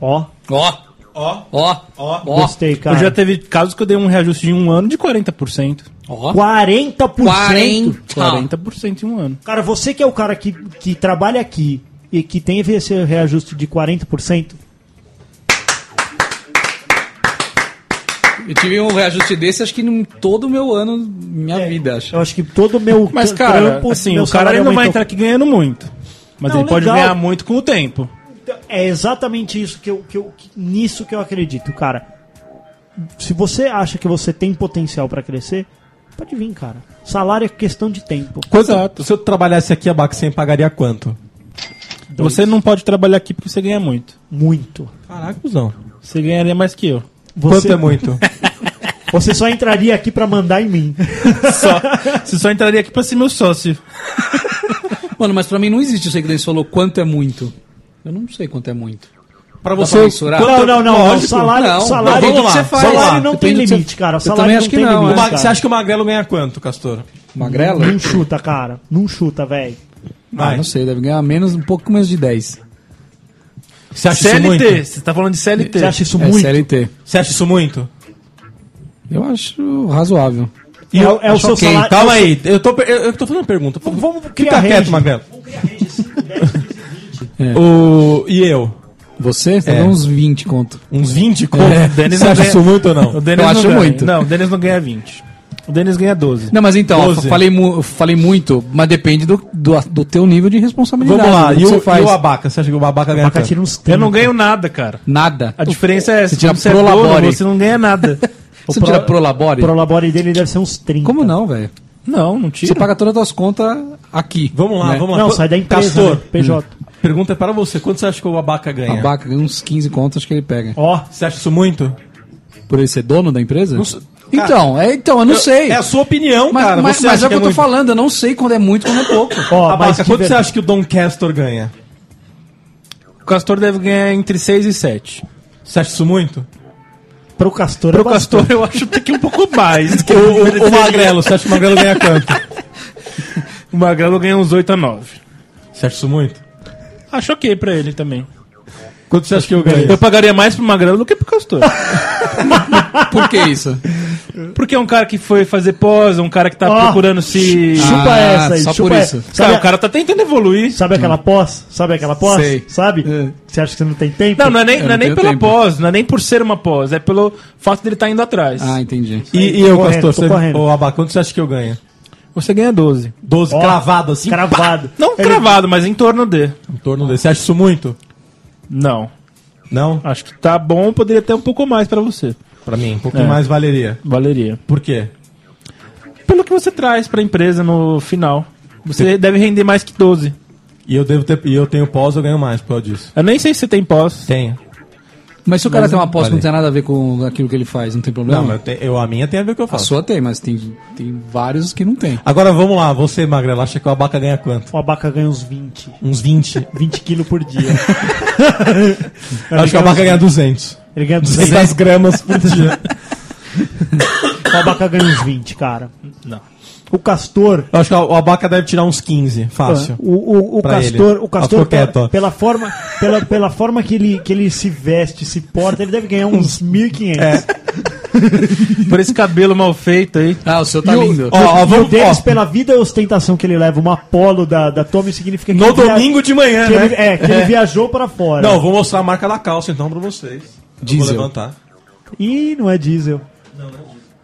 Ó, Ó, Ó, ó, ó. gostei, cara. Eu já teve casos que eu dei um reajuste de um ano de 40%. Ó. 40%. 40. 40% em um ano. Cara, você que é o cara que, que trabalha aqui e que tem esse reajuste de 40%, Eu tive um reajuste desse, acho que em todo o meu ano, minha É, vida, acho. eu acho que todo o meu Mas, tr- cara, assim, meu o cara salário ele não vai aumentou. entrar aqui ganhando muito. Mas Não, ele pode legal. ganhar muito com o tempo. É exatamente isso que eu, que eu que- nisso que eu acredito, cara. Se você acha que você tem potencial pra crescer, pode vir, cara. Salário é questão de tempo. Quanto, se eu trabalhasse aqui, a Baxen pagaria quanto? Você não pode trabalhar aqui porque você ganha muito. Muito. Caraca, cuzão. Você ganharia mais que eu. Você, Quanto é muito? você só entraria aqui pra mandar em mim. *laughs* Só. você só entraria aqui pra ser meu sócio. Mano, mas pra mim não existe isso aí que o Denis falou, quanto é muito. Eu não sei quanto é muito. Pra você, pra mensurar? quanto- Não, não, não. não. Lógico. Salário, Tá. Não, salário, não, vamos lá, salário, vamos lá. não tem Depende do que limite, você- cara. Eu Salário também não acho que tem não, limite. é. O Ma- cara. Você acha que o Magrelo ganha quanto, Castor? Magrela? Não chuta, cara. Não chuta, velho. Ah, Vai. não sei, deve ganhar menos, um pouco menos de 10. Você acha isso CLT. muito? Você tá falando de CLT. Você acha isso é muito? CLT. Você acha isso muito? Eu acho razoável. É, o- é o Acho seu ok. salário. Calma aí, eu tô, per- eu, eu tô fazendo uma pergunta. Vamos- vamos criar Fica quieto, range. Magrelo. O, e eu? Você? Você É. dá uns 20 conto. Uns 20 conto? É. Denis Você não acha ganha- isso muito ou não? O Denis Eu não acho ganha. muito. Não, o Denis não ganha 20. O Denis ganha 12. Não, mas então, eu Doze. falei, mu- eu falei muito, mas depende do, do, do teu nível de responsabilidade. Vamos lá, do que e o, você faz. e o Abaca? Você acha que o Abaca ganha Cara, quanto? tira uns Eu não 30. ganho nada, cara. Nada. A diferença é essa. Você tira quando é pro dono, labore. você não ganha nada. Você não tira pro- Prolabore? O prolabore dele deve ser uns 30. Como não, velho? *laughs* não, não Você tira. paga todas as tuas contas aqui. Vamos lá, né? vamos lá. Não, Qu- sai da empresa, Castor, né? PJ. pergunta é para você. Quanto você acha que o Abaca ganha? Abaca, uns 15 contos acho que ele pega. Ó, Você acha isso muito? Por ele ser dono da empresa? sei. Então, é, então, eu não sei. É a sua opinião, mas cara. mas, você mas acha é o que eu tô muito? falando, eu não sei quando é muito quando *laughs* é pouco. ó, mas Abaca, de quanto ver- você acha que o Don Castor ganha? O Castor deve ganhar entre 6 e 7. Você acha isso muito? Pro Castor Pro é bastante. Castor, eu acho até que um pouco mais. do que O, eu o, o mereceria. Magrelo, você acha que o Magrelo ganha quanto? *laughs* O Magrelo ganha uns 8 a 9. Você acha isso muito? Acho ok pra ele também. Quanto você acha que eu Eu ganho? pagaria mais pro Magrelo do que pro Castor. Por que isso? Porque é um cara que foi fazer pós, é um cara que tá Ó. procurando se. Chupa Ah, essa aí, só chupa por essa. isso. Sabe, Cara, o cara tá tentando evoluir. sabe aquela pós? Sabe aquela pós? Sei. Sabe? É. Você acha que você não tem tempo? Não, não é nem, não Eu é não nem tenho pela tempo. pós, não é nem por ser uma pós, é pelo fato dele tá indo atrás. Ah, entendi. E, e eu, Tô correndo, Castor? tô Você, correndo. Ô, Abaca, quanto você acha que eu ganho? Você ganha 12. 12 Ó, cravado assim? Cravado. Não Ele- cravado, mas em torno de. Em torno desse. Você acha isso muito? Não. Não? Acho que tá bom, poderia ter um pouco mais pra você. Pra mim, um pouquinho É. mais valeria. Valeria. Por quê? Pelo que você traz pra empresa no final. Você deve render mais que 12. E eu devo ter. E eu tenho pós, eu ganho mais por causa disso. Eu nem sei se você tem pós. Tenho. Mas se o cara tem uma aposta que Vale. não tem nada a ver com aquilo que ele faz, não tem problema? Não, mas eu tenho- eu, a minha tem a ver com o que eu A faço. sua tem, mas tem, tem vários que não tem. Agora vamos lá, você, Magrela, acha que o Abaca ganha quanto? O abaca ganha uns 20. Uns 20. 20 quilos por dia. Eu acho que o Abaca ganha 200. Ele ganha 200. 200 gramas por dia. O abaca ganha uns 20, cara. Não. O Castor. *laughs* Eu acho que o Abaca deve tirar uns 15, fácil. O, o, o Pra Castor, ele. o Castor Ficou pela, quieto, ó. pela forma, pela, pela forma que, ele, que ele se veste, se porta, ele deve ganhar *laughs* uns É. 1.500. Por esse cabelo mal feito aí. Ah, o seu tá lindo. Ó, ó, E o vamos, Denis, ó, pela vida e ostentação que ele leva, uma polo da, da Tommy, significa que no ele via- domingo de manhã, que né? ele- é, que ele viajou pra fora. Não, vou mostrar a marca da calça então pra vocês. Eu Diesel. Vou levantar. Ih, não é diesel.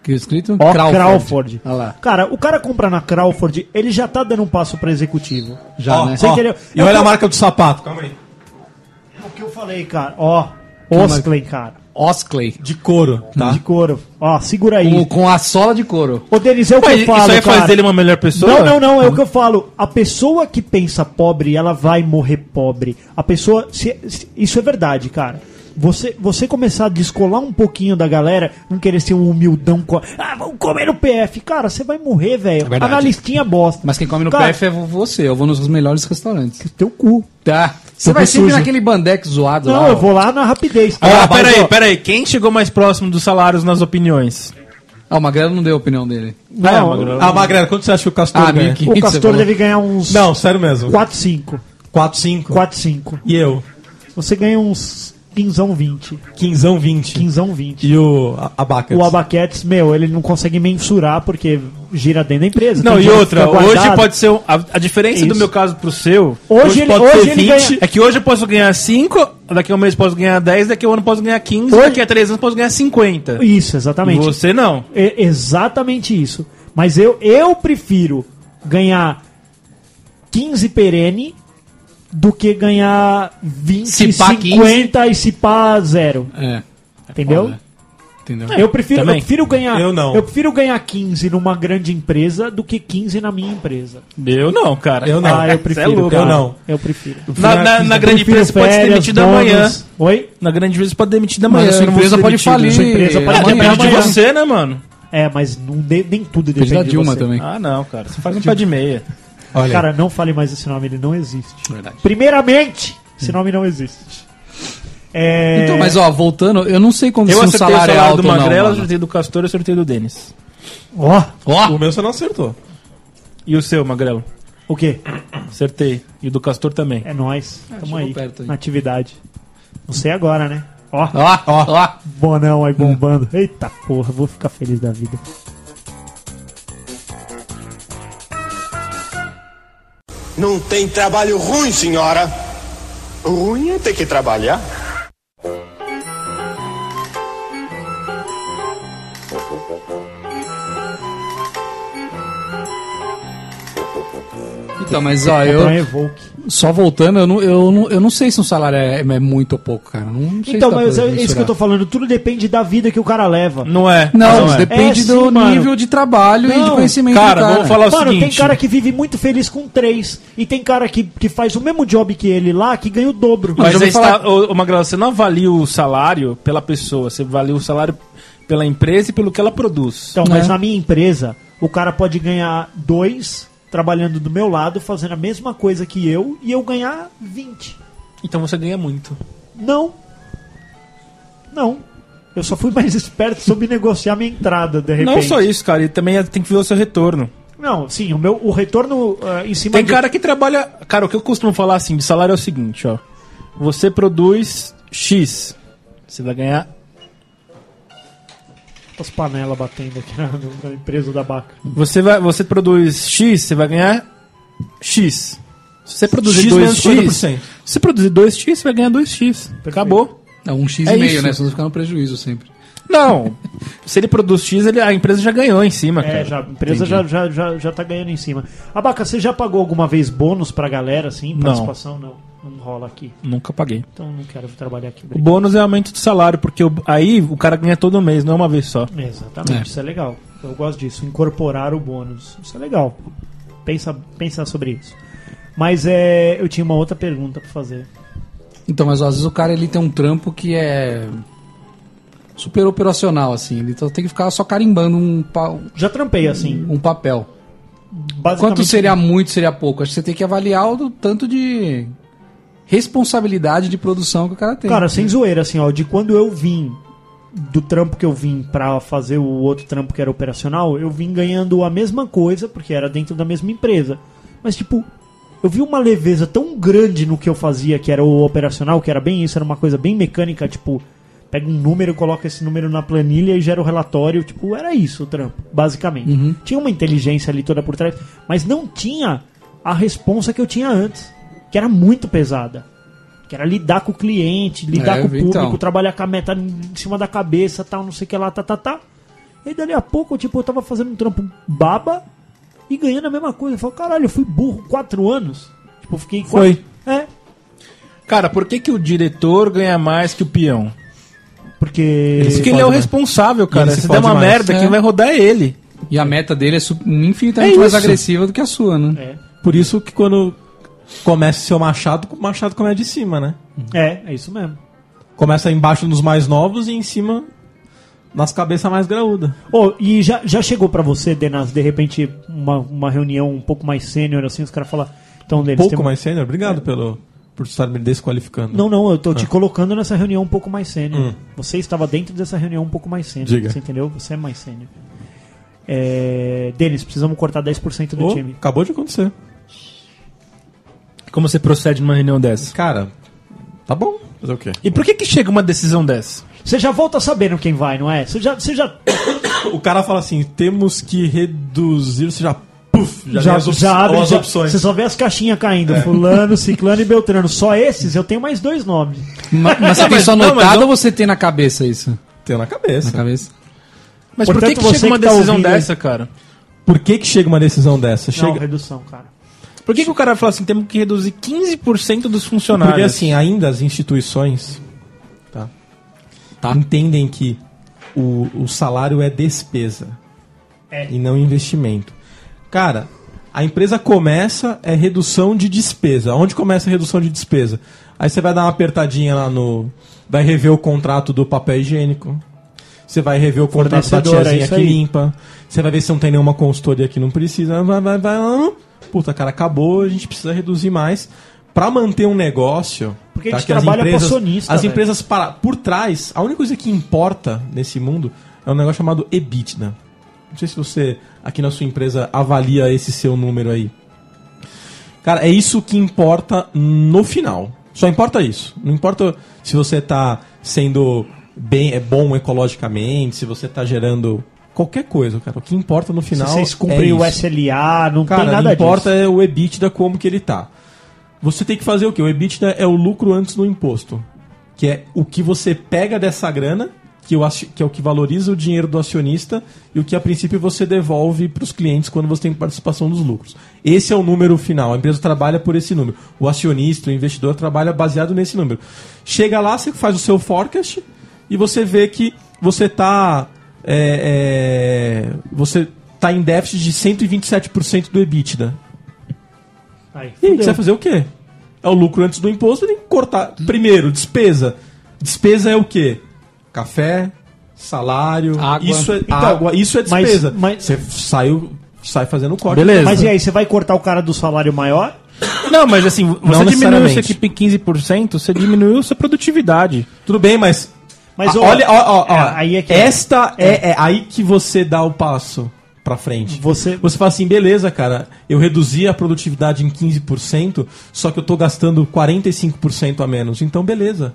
Que é escrito Ó, Crawford. Crawford. Ah lá. Cara, o cara compra na Crawford, ele já tá dando um passo pra executivo. Já, Ó, né? Você ó, entendeu? E É o que olha eu- a marca do sapato, calma aí. É o que eu falei, cara. Ó, mas- Osclay, cara. Osclay. De couro, tá? De couro. Ó, segura aí. Com, com a sola de couro. Ô, Denis, é o que eu falo, isso aí cara. faz dele uma melhor pessoa? Não, não, não, é o que eu falo. A pessoa que pensa pobre, ela vai morrer pobre. A pessoa. se- se- isso é verdade, cara. Você, você começar a descolar um pouquinho da galera, não querer ser um humildão. Co ah, vamos comer no PF. Cara, você vai morrer, velho. verdade. Analistinha bosta. Mas quem come no Cara, PF é vo- você. Eu vou nos melhores restaurantes. Teu cu. Tá. Você Tô vai com sempre sujo. naquele bandex zoado lá. Não, ó. eu vou lá na rapidez. Ah, cara. mas peraí, ó. peraí. Quem chegou mais próximo dos salários nas opiniões? Ah, o Magrelo não deu a opinião dele. Não, Ah, Magrela, quanto você acha que o Castor Ah, ganha? 1.500. o você Castor falou. deve ganhar uns. Não, sério mesmo. 4, 5. 4, 5. 4, 5. E eu? Você ganha uns Quinzão 20. Quinzão 20. Quinzão 20. E o a- Abacas. O Abaquetes, meu, ele não consegue mensurar porque gira dentro da empresa. Não, Tem e gente que outra, fica hoje Então guardado. pode ser. um- a, a diferença Isso. do meu caso pro seu. Hoje ele- hoje ele ganha- É que hoje eu posso ganhar 5, daqui a um mês eu posso ganhar 10, daqui a um ano eu posso ganhar 15, Hoje- daqui a 3 anos eu posso ganhar 50. Isso, exatamente. Você não. É exatamente isso. Mas eu, eu prefiro ganhar 15 perene do que ganhar 20, Se pá 50 e se pá zero. É. Entendeu? Foda. Entendeu? Eu prefiro, eu também. prefiro ganhar. Eu não. Eu prefiro ganhar 15 numa grande empresa do que 15 na minha empresa. Eu não, cara. Eu não. Ah, eu prefiro. é louco. cara. Eu não. Eu prefiro. Na, na- na grande Prefiro empresa você pode ser férias, demitido bônus. amanhã. Oi? Na grande empresa você pode demitir amanhã. Mas a sua eu não vou empresa ser pode demitido. falir. Sua empresa pode- amanhã. Depende É, de amanhã. você, né, mano? É, mas não de- nem tudo depende Depende da de Dilma você. também. Ah, não, cara. Você faz um Tipo, pé de meia. Olha, Cara, não fale mais esse nome, ele não existe. É Verdade. Primeiramente, esse nome não existe. É... Então, mas ó, voltando, eu não sei como se Eu o acertei o salário é salário do alto ou não. Magrela, eu mano. acertei do Castor, eu acertei do Denis. Ó, Ó, o meu você não acertou. E o seu, Magrelo? o quê? Acertei. E o do Castor também. É nós. Tamo Ah, chegou aí, perto aí. na atividade. Não sei agora, né? Ó, ó, ó. bonão aí bombando. Eita porra, vou ficar feliz da vida. Não tem trabalho ruim, senhora. Ruim é ter que trabalhar. Então, mas ó, Comprar um eu Evoque. só voltando, eu não, eu não, eu não sei se um salário é, é muito ou pouco, cara. Não sei Então, se dá mas pra é isso que eu mensurar. tô falando. Tudo depende da vida que o cara leva. Não é. Não, é. depende É, do sim, mano. nível de trabalho e de Não. conhecimento Cara, do cara. vamos falar o Mano, tem seguinte. cara que vive muito feliz com três. E tem cara que, que faz o mesmo job que ele lá, que ganha o dobro. Então, Mas Mas, é eu vou aí falar- está, ô, ô, Magrela, você não avalia o salário pela pessoa, você avalia o salário pela empresa e pelo que ela produz. Então, Né? mas na minha empresa, o cara pode ganhar dois trabalhando do meu lado, fazendo a mesma coisa que eu, e eu ganhar 20. Então você ganha muito. Não. Não. Eu só fui mais *laughs* esperto sobre negociar minha entrada, de repente. Não só isso, cara, e também tem que ver o seu retorno. Não, sim, o meu o retorno ah, em cima Tem de- cara que trabalha. Cara, o que eu costumo falar assim de salário é o seguinte, ó. Você produz X, você vai ganhar. as panelas batendo aqui na, na empresa da Baca. Você, vai, você produz X, você vai ganhar X. Se você produzir X menos 2X, 50%. se você produzir 2X, você vai ganhar 2X. Acabou. É um X É e meio, isso. né? Senão você fica no prejuízo sempre. Não. Se ele produz X, ele- a empresa já ganhou em cima, cara. É, já, a empresa já, já, já, já tá ganhando em cima. Abaca, você já pagou alguma vez bônus pra galera, assim? Não. Participação? Não. Não, rola aqui. Nunca paguei. Então não quero trabalhar aqui. O bônus é aumento de salário, porque o- aí o cara ganha todo mês, não é uma vez só. Exatamente, É. isso é legal. Eu gosto disso, incorporar o bônus. Isso é legal. Pensa, pensa sobre isso. Mas é, eu tinha uma outra pergunta pra fazer. Então, mas ó, às vezes o cara ele tem um trampo que é super operacional, assim. Ele só tem que ficar só carimbando um, pa- Já trampei assim. um papel. Basicamente, Quanto seria muito, seria pouco? Acho que você tem que avaliar o do- tanto de responsabilidade de produção que o cara tem. Cara, sem zoeira, assim, ó, de quando eu vim do trampo que eu vim pra fazer o outro trampo que era operacional, eu vim ganhando a mesma coisa, porque era dentro da mesma empresa. Mas, tipo, eu vi uma leveza tão grande no que eu fazia, que era o operacional, que era bem isso, era uma coisa bem mecânica, tipo, pega um número, coloca esse número na planilha e gera o relatório. Tipo, era isso o trampo, basicamente. Tinha uma inteligência ali toda por trás, mas não tinha a responsa que eu tinha antes, que era muito pesada. Que era lidar com o cliente, lidar É, com o público, então. trabalhar com a meta em cima da cabeça, tal, não sei o que lá, tá, tá, tá. E dali a pouco, tipo, eu tava fazendo um trampo baba e ganhando a mesma coisa. Eu falo, caralho, eu fui burro quatro anos. Tipo, eu fiquei Foi. quatro- É, Cara, por que, que o diretor ganha mais que o peão? porque. Porque ele é o responsável, cara. Ele se Se der fode uma mais. merda, É. quem vai rodar é ele. E a meta dele é su- infinitamente mais agressiva do que a sua, né? É. Por isso que quando começa o seu machado, o machado começa de cima, né? É, é isso mesmo. Começa embaixo nos mais novos e em cima nas cabeças mais graúdas. Ô, e já, já chegou pra você, Denas, de repente, uma, uma reunião um pouco mais sênior, assim, os caras falam. Então, Denis, Pouco tem- mais sênior, obrigado pelo por estar me desqualificando. Não, não, eu tô te colocando nessa reunião um pouco mais sênior. Ah. Hum. Você estava dentro dessa reunião um pouco mais sênior. Diga. Você entendeu? Você é mais sênior. É... Denis, precisamos cortar 10% do Ô, time. acabou de acontecer. Como você procede numa reunião dessa? Cara, tá bom. Fazer o quê? E por que que chega uma decisão dessa? Você já volta sabendo quem vai, não é? Você já. Você já, O cara fala assim: temos que reduzir. Você já. Puf, já, já, tem as, op- já abre. as já- opções. É. Você só vê as caixinhas caindo. *laughs* Fulano, Ciclano e Beltrano. Só esses eu tenho mais dois nomes. Ma- Mas você tem só não, mas notado não- ou você tem na cabeça isso? Tem na cabeça. Na cabeça? Mas Portanto, por que que você chega uma que tá decisão ouvindo aí. dessa, cara? Por que, que chega uma decisão dessa? Não, Chega. redução, cara. Por que que o cara fala assim, temos que reduzir 15% dos funcionários? Porque assim, ainda as instituições tá, Tá. entendem que o, o salário é despesa É. e não investimento. Cara, a empresa começa é redução de despesa. Onde começa a redução de despesa? Aí você vai dar uma apertadinha lá no. Vai rever o contrato do papel higiênico. Você vai rever o contrato da Fornecedor, é tiazinha isso que aí. limpa. Você vai ver se não tem nenhuma consultoria que não precisa. Vai, vai, vai. lá. Puta, cara, acabou. A gente precisa reduzir mais. Pra manter um negócio. tá, Porque a gente trabalha pra acionista, né? As velho. empresas para, por trás, a única coisa que importa nesse mundo é um negócio chamado EBITDA. Não sei se você, aqui na sua empresa, avalia esse seu número aí. Cara, é isso que importa no final. Só importa isso. Não importa se você tá sendo bem, é bom ecologicamente, se você tá gerando qualquer coisa, cara. O que importa no final Se vocês é cumprem o isso. SLA, não Cara, tem nada não importa disso. é o EBITDA como que ele tá. Você tem que fazer o quê? O EBITDA é o lucro antes do imposto. Que é o que você pega dessa grana, que, o aci- que é o que valoriza o dinheiro do acionista, e o que a princípio você devolve para os clientes quando você tem participação dos lucros. Esse é o número final. A empresa trabalha por esse número. O acionista, o investidor trabalha baseado nesse número. Chega lá, você faz o seu forecast e você vê que você tá. é, é, você tá em déficit de 127% do EBITDA. Aí, E aí, fudeu. você vai fazer o quê? É o lucro antes do imposto, tem que cortar. Primeiro, despesa. Despesa é o quê? Café, salário, Água. isso é Então, água, isso é mas- despesa. mas- Você sai, o- sai fazendo o corte. Beleza. Mas e aí, você vai cortar o cara do salário maior? Não, mas assim, você diminuiu é- necessariamente. isso aqui em 15%, você diminuiu sua produtividade. Tudo bem, mas. Mas, Ah, ó, olha, ó, ó, ó, é, aí é que- esta é, é aí que você dá o passo pra frente. Você- você fala assim, beleza, cara, eu reduzi a produtividade em 15%, só que eu tô gastando 45% a menos. Então, beleza.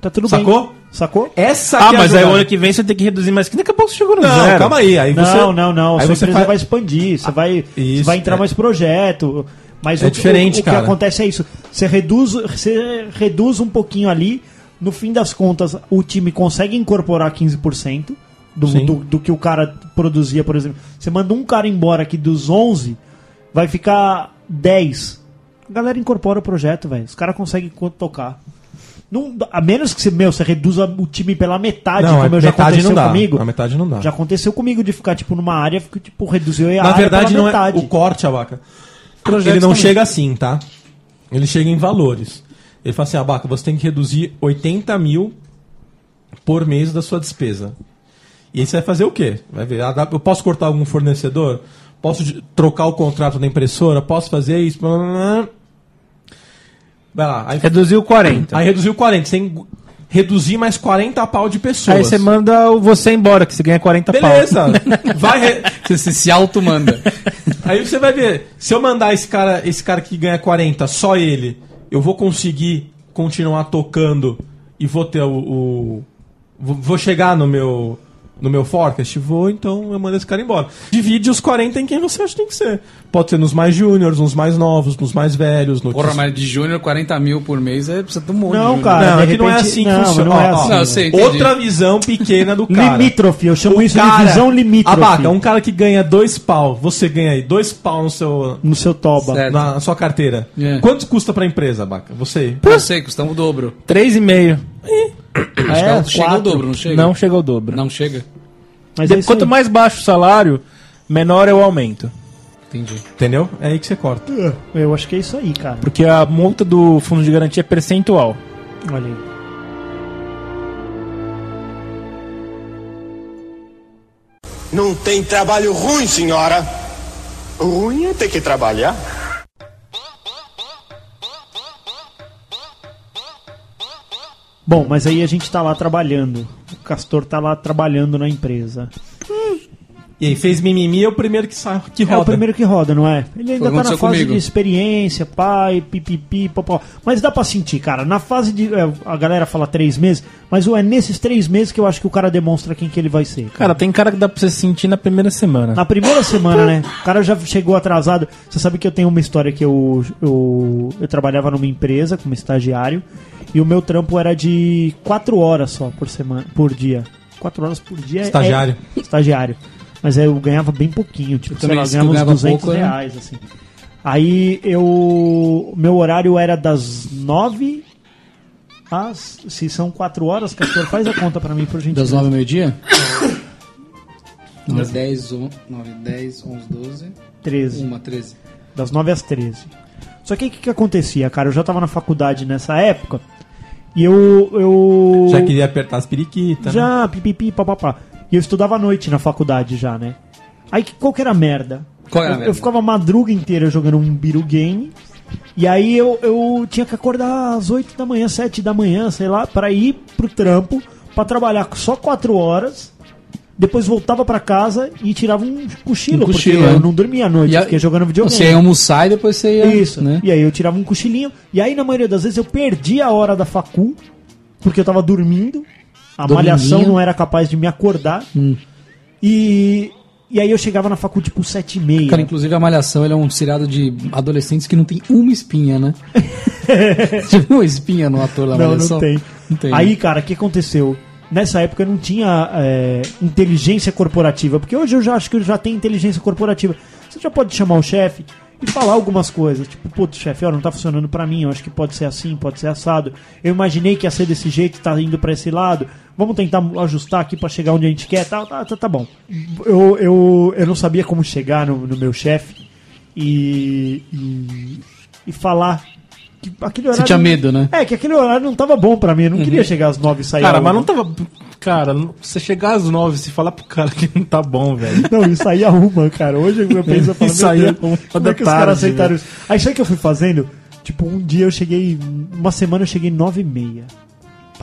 Tá tudo Sacou? bem. Sacou? Essa Ah, que é a mas aí o jogada. ano que vem você tem que reduzir mais 15%, acabou que chegou no Não, zero. calma aí. aí não, você, não, não. Aí Sua você empresa faz- vai expandir, você vai, você isso, vai entrar é. mais projeto. Mas É o, que- diferente, o, o cara. que acontece é isso. Você reduz, você reduz um pouquinho ali, no fim das contas, o time consegue incorporar 15% do, Sim. do, do que o cara produzia, por exemplo. Você manda um cara embora aqui dos 11, vai ficar 10. A galera incorpora o projeto, velho. Os caras conseguem co- tocar. Não, a menos que você, meu, você reduza o time pela metade, Não, como a eu Ah, já metade aconteceu não dá. comigo. A metade não dá. Já aconteceu comigo de ficar, tipo, numa área, fico, tipo, reduziu a Na área verdade, pela não é metade. o corte, Abaca. Ele não chega assim, tá? Ele chega em valores. Ele fala assim, Abaca, você tem que reduzir 80 mil por mês da sua despesa. E aí você vai fazer o quê? Vai ver, ah, dá- eu posso cortar algum fornecedor? Posso de- trocar o contrato da impressora? Posso fazer isso? Blá, blá, blá. Vai lá. Aí, Reduziu 40%. aí reduziu 40. Você tem que reduzir mais 40 pau de pessoas. Aí você manda o você embora, que você ganha 40 pau. *laughs* Beleza. Vai... re- Você se, se auto-manda. Aí você vai ver, se eu mandar esse cara, esse cara que ganha 40, só ele, eu vou conseguir continuar tocando e vou ter o, o- vou- vou chegar no meu no meu forecast, vou, então eu mando esse cara embora. Divide os 40 em quem você acha que tem que ser. Pode ser nos mais júniores, nos mais novos, nos mais velhos, no Porra, mas de júnior 40 mil por mês é precisa de um monte. de Não, júnior. cara. Não, de é que não é repente- assim que não, funciona. não é Ó, ó, assim. Não, eu sei, entendi. outra visão pequena do cara. Limítrofe, eu chamo O então, isso cara- de visão limítrofe. Abaca, um cara que ganha dois pau, você ganha aí dois pau no seu No seu toba. Certo. na sua carteira. É. Quanto custa pra empresa, Baca? Você? Eu sei, custamos o dobro. 3,5. Acho É, que chega o quatro. dobro, não chega? Não chega ao dobro. Não chega? Mas De- é isso Quanto aí. mais baixo o salário, menor é o aumento. Entendi. Entendeu? É aí que você corta. Eu acho que é isso aí, cara. Porque a multa do fundo de garantia é percentual. Olha aí. Não tem trabalho ruim, senhora. Ruim é ter que trabalhar. Bom, mas aí a gente tá lá trabalhando. O Castor tá lá trabalhando na empresa. E aí fez mimimi, é o primeiro que sai que roda. É o primeiro que roda, não é? Ele ainda Foi tá na o que aconteceu fase comigo. de experiência, pai, pipipi, popó. Mas dá pra sentir, cara. Na fase de. é, a galera fala três meses, mas ué, é nesses três meses que eu acho que o cara demonstra quem que ele vai ser. Cara, tem cara que dá pra você sentir na primeira semana. Na primeira semana, né? O cara já chegou atrasado. Você sabe que eu tenho uma história que eu, eu, eu trabalhava numa empresa como estagiário e o meu trampo era de quatro horas só por semana, por dia. Quatro horas por dia. é- Estagiário. É, estagiário. Mas aí eu ganhava bem pouquinho, tipo, sei também lá, eu disse que ganhava uns ganhava 200 pouco, né? reais, assim. Aí eu. Meu horário era das nove às. Se são quatro horas, Castor, faz a conta pra mim, por Das gentileza. 9 ao meio-dia? 9, 10, 9, 10, 11, 12, 13. 1, 13. das 9 às 13. Só que aí o que, que acontecia, cara? Eu já tava na faculdade nessa época e eu. eu Já queria apertar as periquitas. né? Já, pipipi, papapá. E eu estudava à noite na faculdade já, né? Aí que- qual que era a merda? Qual era a eu, merda? eu ficava a madruga inteira jogando um biru game. E aí eu, eu tinha que acordar às 8 da manhã, 7 da manhã, sei lá, pra ir pro trampo, pra trabalhar só 4 horas. Depois voltava pra casa e tirava um cochilo, Um cochilo, porque é. eu não dormia à noite, E eu a- fiquei jogando videogame. Você é um ia almoçar e depois você ia. Isso, né? E aí eu tirava um cochilinho. E aí, na maioria das vezes, eu perdi a hora da facu, porque eu tava dormindo. A Dormidinho. Hum. malhação não era capaz de me acordar. E, e aí eu chegava na facu, tipo, sete e meia. Cara, inclusive a Malhação ele é um seriado de adolescentes que não tem uma *laughs* espinha, né? Você viu uma espinha no ator da não, Malhação? não tem. é Não tem. né? Aí, cara, o que aconteceu? Nessa época eu não tinha é, inteligência corporativa, porque hoje eu já acho que eu já tenho inteligência corporativa. Você já pode chamar o chefe e falar algumas coisas, tipo, putz, chefe, ó, não tá funcionando pra mim, eu acho que pode ser assim, pode ser assado. Eu imaginei que ia ser desse jeito, tá indo pra esse lado. Vamos tentar ajustar aqui pra chegar onde a gente quer, tá, tá, tá, tá bom. Eu, eu, eu não sabia como chegar no, no meu chefe e, e, e falar. Que aquele horário tinha medo, né? é, que aquele horário não tava bom pra mim. Eu não queria chegar às nove e sair. Cara, à mas uma. não tava. Cara, não- você chegar às nove e se falar pro cara que não tá bom, velho. Não, isso aí arruma, cara. Hoje eu penso, eu falo, Isso meu aí Deus, arruma como é que os da caras tarde, aceitaram isso? Aí sabe o que eu fui fazendo? Tipo, um dia eu cheguei... Uma semana eu cheguei nove e meia.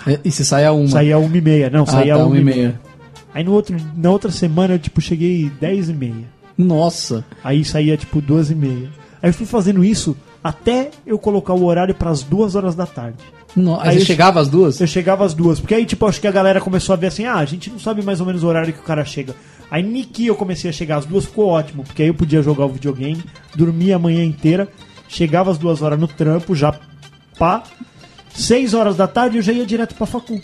É, E você sai a uma. Saía uma e meia. Não, Ah, saía tá, uma, uma e e meia. meia. Aí no outro, na outra semana eu, tipo, cheguei dez e meia. Nossa. Aí saía, tipo, duas e meia. Aí eu fui fazendo isso até eu colocar o horário pras duas horas da tarde. No- Aí, Aí você eu- chegava às duas? Eu chegava às duas. Porque aí, tipo, acho que a galera começou a ver assim, ah, a gente não sabe mais ou menos o horário que o cara chega. Aí Niki eu comecei a chegar às duas, ficou ótimo, porque aí eu podia jogar o videogame, dormia a manhã inteira, chegava às duas horas no trampo, já pá. Seis horas da tarde eu já ia direto pra facu.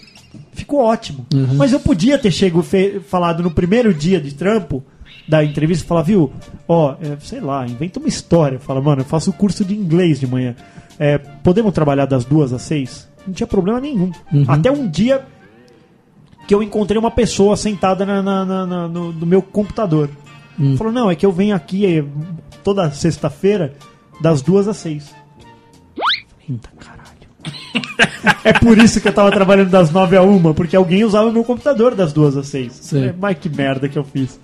Ficou ótimo. Mas eu podia ter chego fe- falado no primeiro dia de trampo da entrevista, falar, viu, ó, é, sei lá, inventa uma história. Fala, mano, eu faço curso de inglês de manhã. É, podemos trabalhar das duas às seis? Não tinha problema nenhum. Até um dia que eu encontrei uma pessoa sentada na- na- na- na- no, no meu computador. Falou, não, é que eu venho aqui eh, toda sexta-feira, das duas às seis. Eita, caralho. é por isso que eu tava trabalhando das nove a uma, porque alguém usava o meu computador das duas às seis. Sim. É, Mas que merda que eu fiz.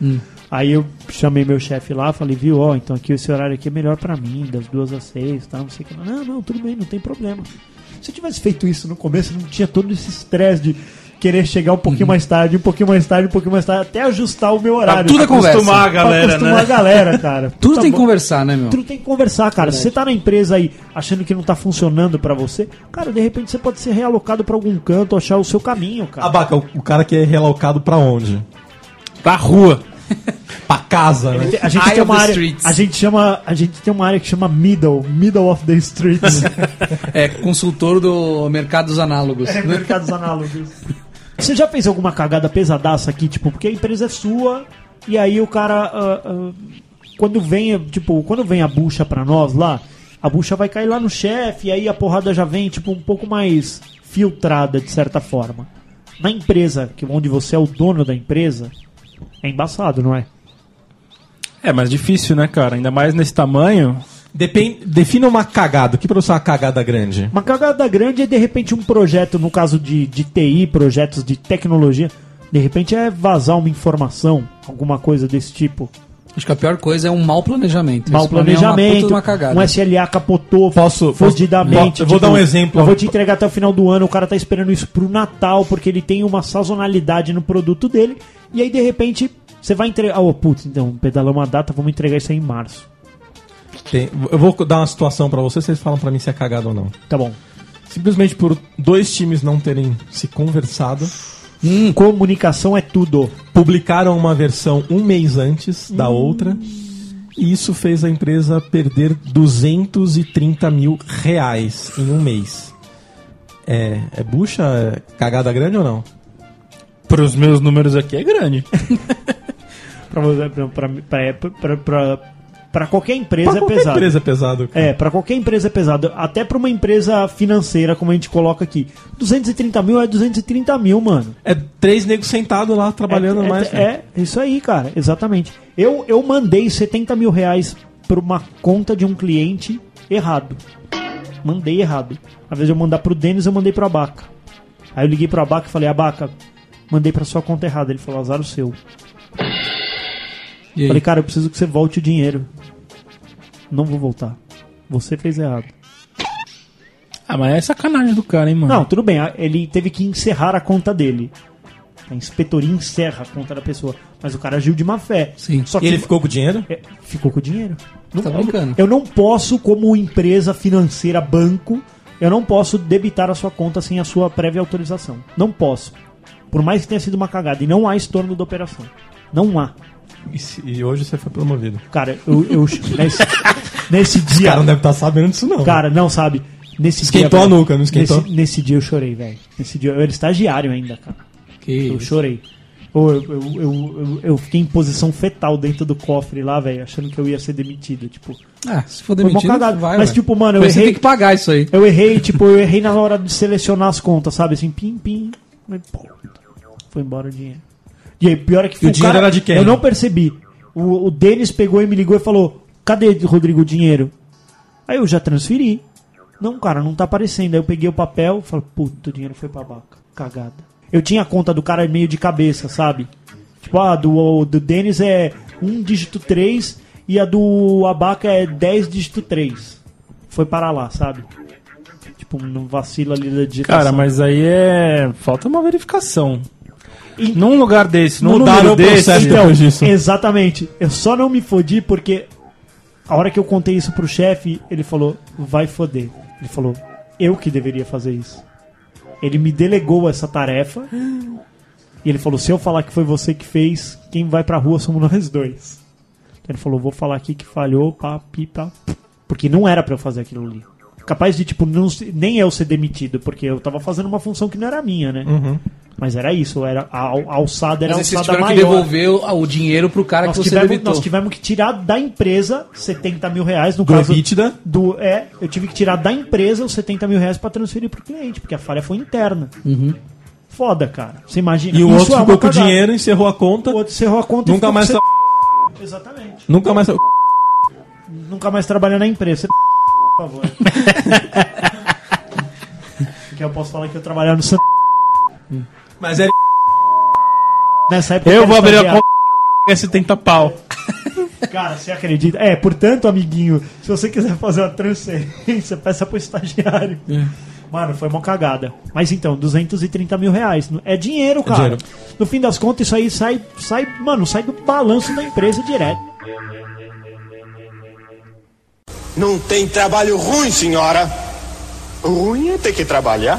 Aí eu chamei meu chefe lá, falei, viu, ó, então aqui esse horário aqui é melhor pra mim, das duas às seis, tá, não sei o que. lá. Não, não, tudo bem, não tem problema. Se eu tivesse feito isso no começo, não tinha todo esse estresse de querer chegar um pouquinho mais tarde, um pouquinho mais tarde, um pouquinho mais tarde, até ajustar o meu horário. tudo é conversa. Acostumar a Pra galera, acostumar a né? galera, *laughs* cara. Tudo Tá tem que bom. conversar, né, meu? Tudo tem que conversar, cara. Se você tá na empresa aí achando que não tá funcionando pra você, cara, de repente você pode ser realocado pra algum canto, achar o seu caminho, cara. Abaca, Ah, o, o cara que é relocado pra onde? Pra rua. *laughs* Pra casa, né? A gente, Eye tem of uma the área, streets. a gente chama, a gente tem uma área que chama middle, middle of the *laughs* streets, É consultor do mercado dos análogos. É, mercados análogos. Você já fez alguma cagada pesadaça aqui, tipo, porque a empresa é sua e aí o cara ah, ah, quando vem, tipo, quando vem a bucha pra nós lá, a bucha vai cair lá no chefe e aí a porrada já vem tipo um pouco mais filtrada de certa forma. Na empresa, que onde você é o dono da empresa, é embaçado, não é? É, mas difícil, né, cara? Ainda mais nesse tamanho. Depende, defina uma cagada. O que pra você é uma cagada grande? Uma cagada grande é de repente um projeto, no caso de, de TI, projetos de tecnologia, de repente é vazar uma informação, alguma coisa desse tipo. Acho que a pior coisa é um mau planejamento. Mal Isso pra mim é uma puta planejamento, de uma cagada. um SLA capotou Posso- fodidamente. tipo, posso- eu vou dar um exemplo. Eu vou te entregar até o final do ano, o cara tá esperando isso pro Natal, porque ele tem uma sazonalidade no produto dele, e aí de repente Você vai entregar. Oh, putz, então, pedalou uma data, vamos entregar isso aí em março. Tem- eu vou dar uma situação pra vocês, vocês falam pra mim se é cagado ou não. Tá bom. Simplesmente por dois times não terem se conversado, Hum. Comunicação é tudo. publicaram uma versão um mês antes Hum. da outra, e isso fez a empresa perder 230 mil reais em um mês. É, é bucha? É cagada grande ou não? é Pros meus números aqui é grande. Pra, você- pra, pra, pra, pra, pra, pra qualquer empresa Pra é qualquer pesado. empresa é pesado. cara. É, pra qualquer empresa é pesado. Até pra uma empresa financeira, como a gente coloca aqui. 230 mil é 230 mil, mano. É três negros sentados lá trabalhando é, é- mais. né? É, isso aí, cara, exatamente. Eu, eu mandei 70 mil reais pra uma conta de um cliente errado. Mandei errado. Às vezes eu mandar pro Denis, eu mandei pro Abaca. Aí eu liguei pro Abaca e falei, Abaca, mandei pra sua conta errada. Ele falou, azar o seu. E aí? Falei, cara, eu preciso que você volte o dinheiro. Não vou voltar. Você fez errado. Ah, mas é sacanagem do cara, hein, mano? Não, tudo bem. a- Ele teve que encerrar a conta dele. A inspetoria encerra a conta da pessoa. Mas o cara agiu de má fé. Sim. Só que E ele ficou com o dinheiro? é, ficou com o dinheiro. Não, Tá brincando. Eu, eu não posso, como empresa financeira, banco, eu não posso debitar a sua conta sem a sua prévia autorização. Não posso. Por mais que tenha sido uma cagada. E não há estorno da operação. Não há. E, se- e hoje você foi promovido. Cara, eu. eu- *laughs* nesse, nesse Os dia. caras não devem estar sabendo disso, não. Cara, não, sabe? Nesse Esquentou dia, a velho, nuca, não esquentou? Nesse, nesse dia eu chorei, velho. Nesse dia. Eu era estagiário ainda, cara. Que Eu isso. chorei. Pô, eu, eu, eu, eu- eu fiquei em posição fetal dentro do cofre lá, velho, achando que eu ia ser demitido. Tipo, Ah, se for uma demitido, cagada. vai, Mas, ué. tipo, mano, eu Mas você errei- tem que pagar isso aí. eu errei, tipo, eu errei na hora de selecionar as contas, sabe? Assim, pim, pim. Mas, pô, Foi embora o dinheiro. E aí, pior é que foi o dinheiro era de quem? Eu não percebi. O, o Denis pegou e me ligou e falou: Cadê, Rodrigo, o dinheiro? Aí eu já transferi. Não, cara, não tá aparecendo. Aí eu peguei o papel e falei: Puta, o dinheiro foi pra vaca. Cagada. Eu tinha a conta do cara meio de cabeça, sabe? Tipo, ah, do, do Denis é 1 dígito 3 e a do Abaca é 10 dígito 3. Foi para lá, sabe? Tipo, não vacila ali da digitação. Cara, mas aí é. Falta uma verificação. E- Num lugar desse, num Mudaram número o desse. processo Então, depois disso. exatamente. Eu só não me fodi porque a hora que eu contei isso pro chefe, ele falou, vai foder. Ele falou, eu que deveria fazer isso. Ele me delegou essa tarefa e ele falou, se eu falar que foi você que fez, quem vai pra rua somos nós dois. Então ele falou, vou falar aqui que falhou, pá, pi, pá. Porque não era pra eu fazer aquilo ali. Capaz de, tipo, não, se- nem eu ser demitido, porque eu tava fazendo uma função que não era minha, né? Mas era isso, era a, a alçada era Mas aí a vocês alçada tiveram maior que devolver o, o dinheiro pro cara nós que você tivemos, debitou. nós tivemos que tirar da empresa 70 mil reais no Do caso EBITDA? do é eu tive que tirar da empresa os 70 mil reais pra transferir pro cliente porque a falha foi interna foda cara você imagina Uhum. E o Isso outro é uma ficou com o cagada. dinheiro, encerrou a conta, o outro cerrou a conta e nunca ficou mais, com tra- cê- exatamente nunca mais. tra- nunca mais trabalhar na empresa Cê- *laughs* por favor que eu posso falar que eu trabalhava no Santos Mas é nessa época Eu era vou abrir a estagiário. conta é 70 pau. Cara, você acredita? É, portanto, amiguinho, se você quiser fazer uma transferência, peça pro estagiário. Mano, foi uma cagada. Mas então, 230 mil reais. É dinheiro, cara. dinheiro. No fim das contas, isso aí sai, sai, mano, sai do balanço da empresa direto. Não tem trabalho ruim, senhora. Ruim é ter que trabalhar.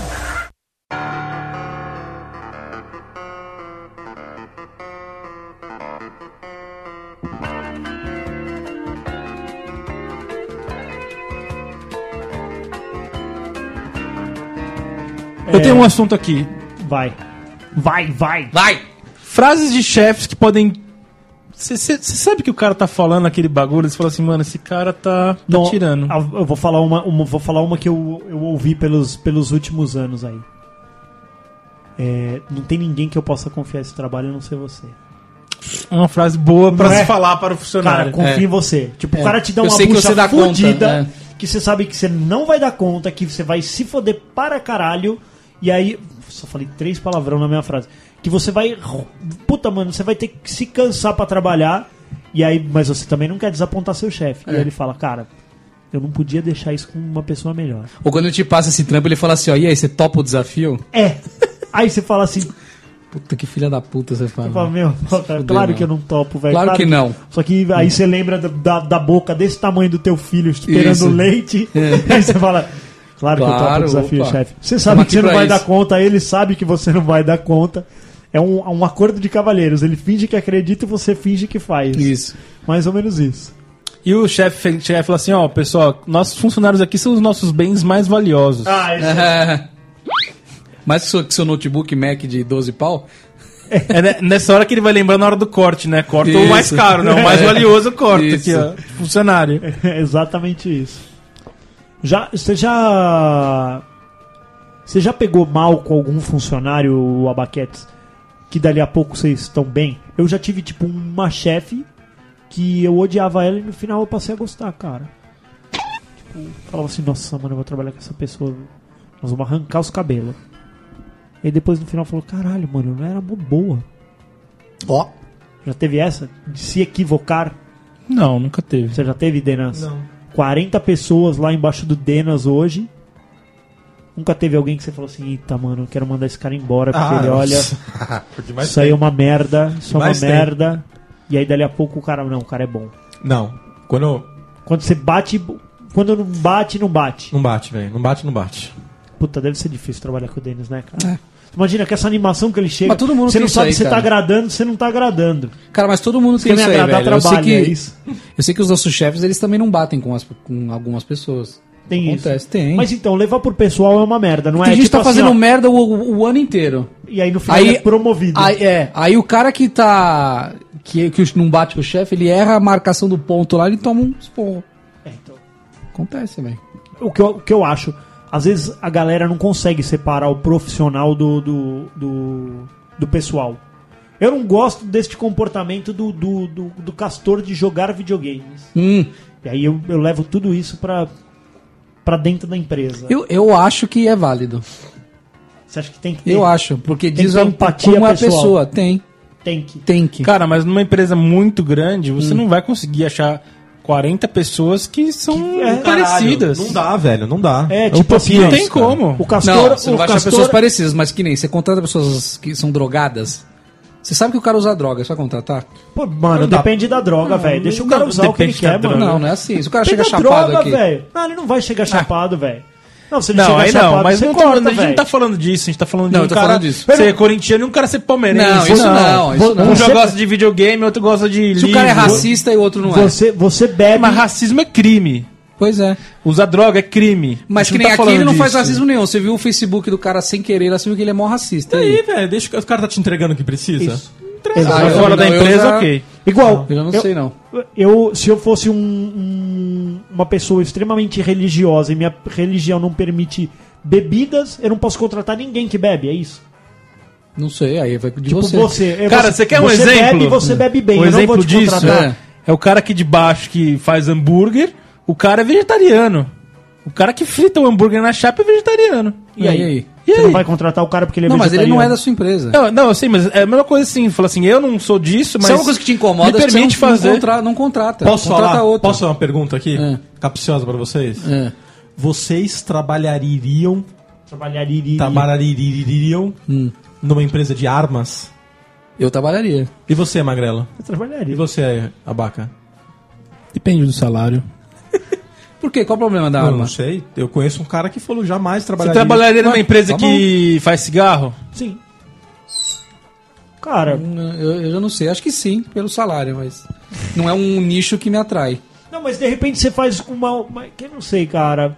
Eu tenho um assunto aqui. Vai. Vai, vai. Vai! Frases de chefes que podem. Você sabe que o cara tá falando aquele bagulho? Você fala assim, mano, esse cara tá, tá Não, tirando. a- ah, Eu vou falar uma, uma- vou falar uma que eu, eu ouvi pelos, pelos últimos anos aí. É, não tem ninguém que eu possa confiar esse trabalho a não ser você. Uma frase boa pra Não se é? falar para o Cara, funcionário. confia em você. Tipo, É. o cara te dá Eu uma sei que bucha você dá conta, fodida, né? que você sabe que você não vai dar conta, que você vai se foder para caralho, e aí. Só falei três palavrão na minha frase. Que você vai. Puta, mano, você vai ter que se cansar pra trabalhar, e aí. Mas você também não quer desapontar seu chefe. É. E aí ele fala, cara. Eu não podia deixar isso com uma pessoa melhor. Ou quando ele te passa esse trampo, ele fala assim, ó, e aí, você topa o desafio? É. Aí você fala assim, Puta que filha da puta você Eu falo, fala. meu, é fudeu, claro não. que eu não topo, velho. Claro que não. Só que aí você lembra da, da, da boca desse tamanho do teu filho esperando Isso. É. leite. *laughs* Aí você fala. Claro, que eu topo o Claro, desafio, opa. chefe. Você Tamo sabe que aqui você não pra vai isso. dar conta, ele sabe que você não vai dar conta. É um, um acordo de cavalheiros. Ele finge que acredita e você finge que faz. Isso. Mais ou menos isso. E o chefe fe- chega e fala assim: ó, pessoal, nossos funcionários aqui são os nossos bens mais valiosos. Ah, isso. *laughs* Mais que seu, que seu notebook Mac de 12 pau? É ne- nessa hora que ele vai lembrar na hora do corte, né? Corta o Isso. mais caro, né? O *laughs* mais valioso corta Isso. aqui, ó. Funcionário. É *laughs* exatamente isso. Já, você já. Você já pegou mal com algum funcionário, Abaquetes, que dali a pouco vocês estão bem? Eu já tive, tipo, uma chefe que eu odiava ela e no final eu passei a gostar, cara. Tipo, falava assim, nossa, mano, eu vou trabalhar com essa pessoa. Nós vamos arrancar os cabelos. E depois no final falou, caralho, mano, não era mó boa. Ó. Já teve essa? De se equivocar? Não, nunca teve. Você já teve, Denas? Não. 40 pessoas lá embaixo do Denas hoje. Nunca teve alguém que você falou assim, eita, mano, eu quero mandar esse cara embora, Ah, porque ele olha, Porque mais isso aí é uma merda, isso é uma Mas tem. merda. E aí dali a pouco o cara, não, o cara é bom. Não. Quando eu... Quando você bate, quando não bate, não bate. Não bate, velho. Não bate, não bate. Puta, deve ser difícil trabalhar com o Denis, né, cara? Imagina que essa animação que ele chega, É. Mas todo mundo você tem não isso sabe aí, se você tá cara. agradando, se você não tá agradando. Cara, mas todo mundo tem Quer me isso aí, agradar, velho. Eu sei, trabalha, que, é isso. eu sei que os nossos chefes, eles também não batem com, as- com algumas pessoas. Tem isso. Acontece, tem. Mas então, levar pro pessoal é uma merda, não é? tem gente que Tipo tá assim, fazendo ó, merda o, o ano inteiro. E aí no final ele é promovido. Aí, é, aí o cara que tá. que, que não bate com o chefe, ele erra a marcação do ponto lá, ele toma um esporro. É, então. Acontece, velho. o que, eu, o que eu acho. Às vezes a galera não consegue separar o profissional do, do, do, do pessoal. Eu não gosto deste comportamento do, do, do, do castor de jogar videogames. Hum. E aí eu, eu levo tudo isso pra, pra dentro da empresa. Eu, eu acho que é válido. Você acha que tem que ter? Eu acho, porque Tem diz que ter a- empatia como é a pessoal. pessoa. Tem, Tem que. tem que. Cara, mas numa empresa muito grande, Hum. você não vai conseguir achar 40 pessoas que são parecidas. é, Não dá, velho. Não dá. É, um tipo assim, pouquinho, Não tem cara. como. O castor, não, você não o vai achar castor pessoas parecidas, mas que nem você contrata pessoas que são drogadas. Você sabe que o cara usa droga, é só contratar? Pô, mano, dá. depende da droga, velho. Deixa o cara não usar o que ele depende da quer, mano. droga. Não, não é assim. Se o cara Pega chega a chapado droga, aqui. Ah. velho. Não, ele não vai chegar chapado, velho. Não, se ele Não, chegar aí chapado, não, mas você não tô corta, falando, a gente não velho. tá falando disso, a gente tá falando Não, de um eu tô cara falando disso. ser corintiano e um cara ser palmeirense. Não, isso não, isso não. Um Você- gosta de videogame, outro gosta de Se o cara é livro. racista e o outro não é. Você, você bebe. Mas racismo é crime. Pois é. Usar droga é crime. Mas A que gente nem tá aqui falando ele não faz disso. racismo nenhum. Você viu o Facebook do cara sem querer, lá, você viu que ele é mó racista. E aí? Tá aí, velho? Deixa o o cara tá te entregando o que precisa. Isso. Ah, Mas eu- Tá fora da não, eu empresa, já- ok. Igual. Eu já não sei, não. Eu, se eu fosse um- um- uma pessoa extremamente religiosa e minha religião não permite bebidas, eu não posso contratar ninguém que bebe, é isso? Não sei, aí vai de Tipo, você. você. é Cara, você quer um exemplo? Bebe, você bebe bem, um eu não exemplo vou te disso contratar. É. é. é o cara aqui de baixo que faz hambúrguer, o cara é vegetariano. O cara que frita o hambúrguer na chapa é vegetariano. E aí? E aí? E Você não aí? vai contratar o cara porque ele é Não, mas ele vegetariano. não é da sua empresa. Não, não, eu sei, mas é a mesma coisa assim, fala assim, eu não sou disso, mas. Se é uma coisa que te incomoda, me você permite não, fazer. Não, contra- não contrata. Posso contrata falar? outro. Posso fazer uma pergunta aqui? Capciosa pra vocês? É. Vocês trabalhariam, Trabalhar iri- Tá, trabalhaririam Hum. numa empresa de armas? Eu trabalharia. E você, Magrela? E Trabalharia. você, Abaca? Depende do salário. *laughs* Por quê? Qual o problema da Eu arma? não sei. Eu conheço um cara que falou jamais Você trabalharia. trabalharia numa Ué, empresa tá que faz cigarro? Sim. Cara, Eu, eu já não sei. Acho que sim, pelo salário, mas não é um nicho que me atrai. Não, mas de repente você faz uma. uma que eu não sei, cara.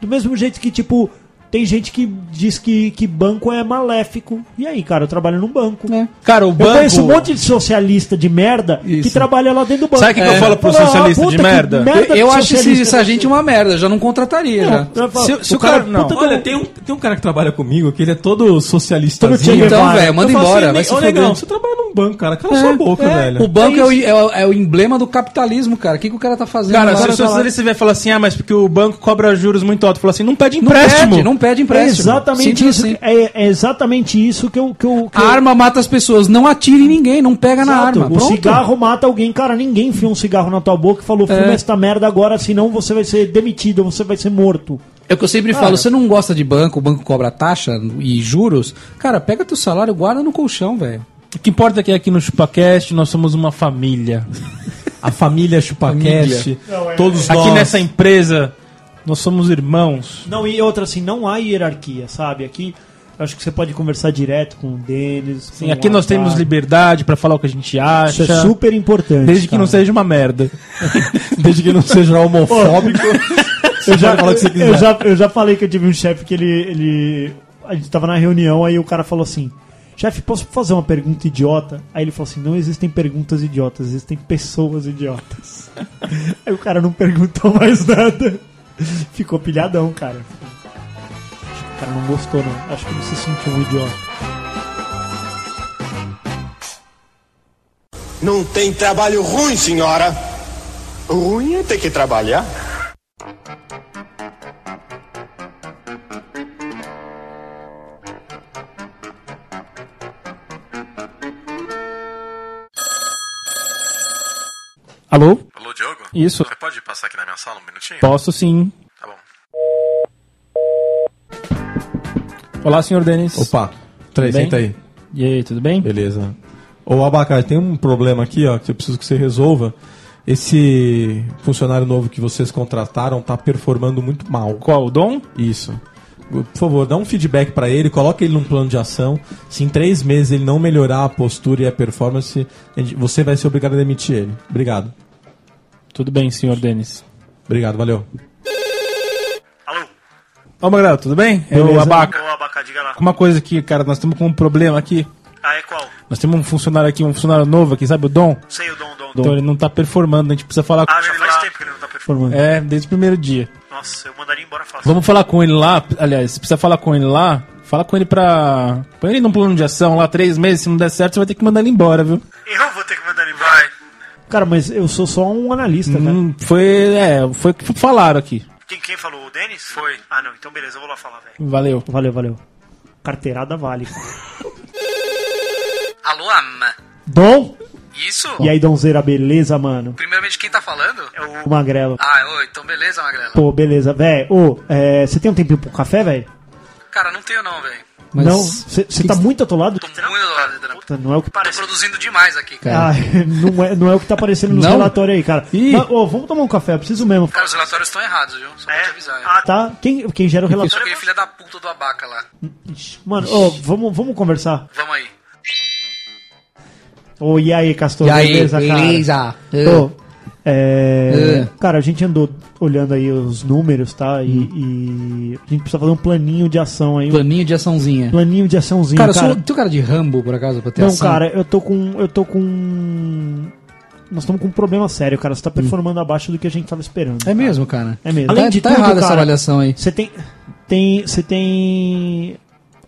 Do mesmo jeito que, tipo, tem gente que diz que, que banco é maléfico. E aí, cara, eu trabalho num banco. né? Cara, o Eu banco. conheço um monte de socialista de merda Isso. que trabalha lá dentro do banco. Sabe o que que eu falo pro Fala, socialista ah, de puta, que merda? Eu, de eu acho esse, socialista essa gente é uma merda. eu Já não contrataria. já. Eu falo, Se- se o o cara, é cara- não, puta do- Olha, tem um, tem um cara que trabalha comigo que ele é todo socialista. Todo time Então, Guevara. velho, manda assim, embora. vai se assim, Ô, fuder. negão, você trabalha num banco, cara. Cala um sua boca, velho. O banco é, o, é o- é o emblema do capitalismo, cara. O que, que o cara tá fazendo? Cara, lá? se o socialista vier falar assim, ah, mas porque o banco cobra juros muito alto, fala assim, não pede empréstimo. Pede, não pede É empréstimo. exatamente, Simples isso, assim. é, é exatamente isso que eu. Que eu, que A eu- arma mata as pessoas. Não atire em ninguém, não pega na Exato. arma. O Pronto. cigarro mata alguém, cara. Ninguém É. enfia um cigarro na tua boca e falou: fuma esta merda agora, senão você vai ser demitido, você vai ser morto. É o que eu sempre falo, você não gosta de banco, o banco cobra taxa e juros, cara, pega teu salário, guarda no colchão, velho. O que importa é que aqui no ChupaCast nós somos uma família. A família ChupaCast, todos Aqui nós. nessa empresa nós somos irmãos. Não, e outra assim, não há hierarquia, sabe? Aqui eu acho que você pode conversar direto com o Denis. Sim, aqui nós temos liberdade pra falar o que a gente tá. Isso acha. é super importante. Desde que cara. não seja uma merda. Desde que não seja homofóbico. Eu já, pode falar o que você quiser. eu, já, eu já falei que eu tive um chefe que ele, ele. A gente tava na reunião, aí o cara falou assim: chefe, posso fazer uma pergunta idiota? Aí ele falou assim: não existem perguntas idiotas, existem pessoas idiotas. *laughs* aí o cara não perguntou mais nada. Ficou pilhadão, cara. Acho que o cara não gostou, não. Acho que ele se sentiu um idiota. Não tem trabalho ruim, senhora. Ruim é ter que trabalhar. Alô? Alô, Diogo? Isso. Você pode passar aqui na minha sala um minutinho? Posso sim. Tá bom. Olá, senhor Denis. Opa, três, Bem? senta aí. E aí, tudo bem? Beleza. Ô, Abacate, tem um problema aqui, ó, que eu preciso que você resolva. Esse funcionário novo que vocês contrataram tá performando muito mal. Qual? O Dom? Isso. Por favor, dá um feedback pra ele, coloca ele num plano de ação. Se em três meses ele não melhorar a postura e a performance, a gente- você vai ser obrigado a demitir ele. Obrigado. Tudo bem, senhor Denis. Obrigado, valeu. Ô, Magrelo, tudo bem? Eu, Beleza. Abaca. Ô, Abaca, diga lá. Uma coisa aqui, cara, nós estamos com um problema aqui. Ah, é qual? Nós temos um funcionário aqui, um funcionário novo aqui, sabe o Dom? Sei o Dom, Dom, Dom. Então ele não tá performando, a gente precisa falar Ah, com já faz tempo que ele não tá performando. É, desde o primeiro dia. Nossa, eu mandaria embora fácil. Vamos falar com ele lá, aliás, se precisa falar com ele lá, fala com ele pra. Põe ele num plano de ação lá, três meses, se não der certo, você vai ter que mandar ele embora, viu? Eu vou ter que mandar ele embora. Cara, mas eu sou só um analista, cara. Hum, foi. É, foi o que falaram aqui. Quem, quem falou? O Denis? Foi. Ah, não. Então beleza, eu vou lá falar, velho. Valeu. Valeu, valeu. Carteirada *laughs* vale. Alô, Ama. Dom? Isso? E aí, Donzeira, beleza, mano? Primeiramente, quem tá falando? É o... O Magrelo. Ah, ô, então beleza, Magrela. Pô, beleza, véi. Ô, é, você tem um tempinho pro café, véi? Cara, não tenho não, velho. Mas Não? Você você tá muito atolado? Tô muito lá de trampo. Puta, Não é o que Tô produzindo demais aqui, cara. Ah, *laughs* não, é, não é o que tá aparecendo nos Não? relatórios aí, cara. Ih. Mas, ô, vamos tomar um café, eu preciso mesmo. Cara, os relatórios estão errados, viu? Só pra te avisar. Ah, tá. Tá? Quem, quem gera o Eu sou É, relatório? é aquele filho da puta do abaca lá. Mano, ô, vamos, vamos conversar. Vamos aí. Ô, e aí, Castor, E aí, beleza, cara? beleza? Ô, é, É. Hum. Cara, a gente andou olhando aí os números, tá? E, e a gente precisa fazer um planinho de ação aí. Um Planinho de açãozinha. planinho de açãozinho, Cara, cara. eu sou. Tem um cara de Rambo, por acaso, pra ter Não, ação? cara, eu tô com. Eu tô com. Nós estamos com um problema sério, cara. Você tá performando abaixo do que a gente tava esperando. Hum. É mesmo, cara. É mesmo. Tá, Além de tá tudo, errada essa cara, avaliação aí. Você tem. Tem. Você tem.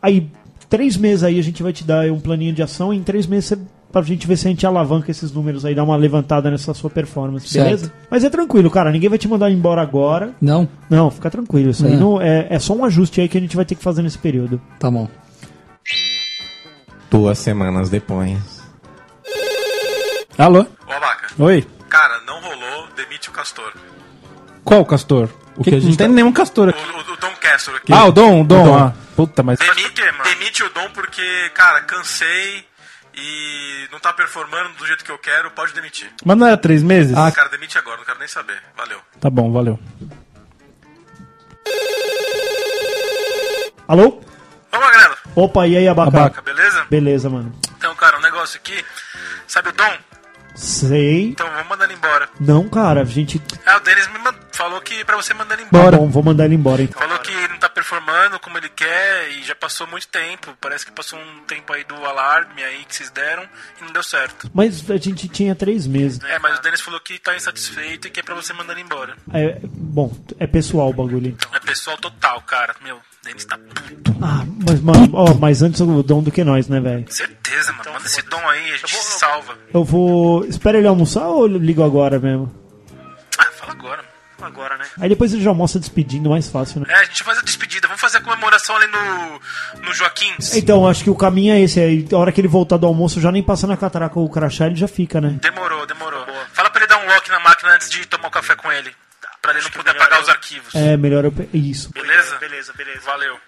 Aí, três meses aí a gente vai te dar um planinho de ação e em três meses você. Pra gente ver se a gente alavanca esses números aí, dá uma levantada nessa sua performance, Certo. beleza? Mas é tranquilo, cara. Ninguém vai te mandar embora agora. Não? Não, fica tranquilo. Isso aí É. não, é, é só um ajuste aí que a gente vai ter que fazer nesse período. Tá bom. Duas semanas depois. Alô? Ô, abaca. Oi? Cara, não rolou. Demite o Castor. Qual Castor? O que a gente não tem tá- nenhum Castor O, aqui. o- o Dom Castor aqui. Ah, o Dom, o Dom. Dom. Ah, puta, mas. Demite, demite o Dom porque, cara, cansei e não tá performando do jeito que eu quero. Pode demitir. Mas não era três meses? Ah, Cara, demite agora. Não quero nem saber. Valeu. tá bom, valeu. Alô? Ô, Magrelo. Opa, e aí, abaca? Abaca. Beleza? Beleza, mano. Então, cara, um negócio aqui. Sabe o Dom? Sei. Então, vou mandar ele embora. Não, cara, a gente. Ah, o Denis me man- falou que pra você mandar ele embora. Tá bom, vou mandar ele embora então. Falou que ele não tá performando como ele quer e já passou muito tempo. Parece que passou um tempo aí do alarme aí que vocês deram e não deu certo. Mas a gente tinha três meses. É, mas o Denis falou que tá insatisfeito e que é pra você mandar ele embora. É, bom, é pessoal o bagulho. então. É pessoal total, cara. Meu, o Denis tá puto. Ah, mas mano, ó, mas antes o dom do que nós, né, velho? Certeza, mano. Manda esse dom aí, a gente se salva. Eu vou. Espera ele almoçar ou eu ligo agora mesmo? Ah, fala agora. mano. Agora, né? Aí depois ele já almoça despedindo, mais fácil, né? É, a gente faz a despedida. Vamos fazer a comemoração ali no, no Joaquim. Então, acho que o caminho é esse. Aí, a hora que ele voltar do almoço, já nem passa na cataraca ou o crachá, ele já fica, né? Demorou, demorou. Fala pra ele dar um walk na máquina antes de tomar o café com ele. pra ele não poder apagar os arquivos. É, melhor eu. pe- Isso. Beleza? Beleza, beleza. Valeu.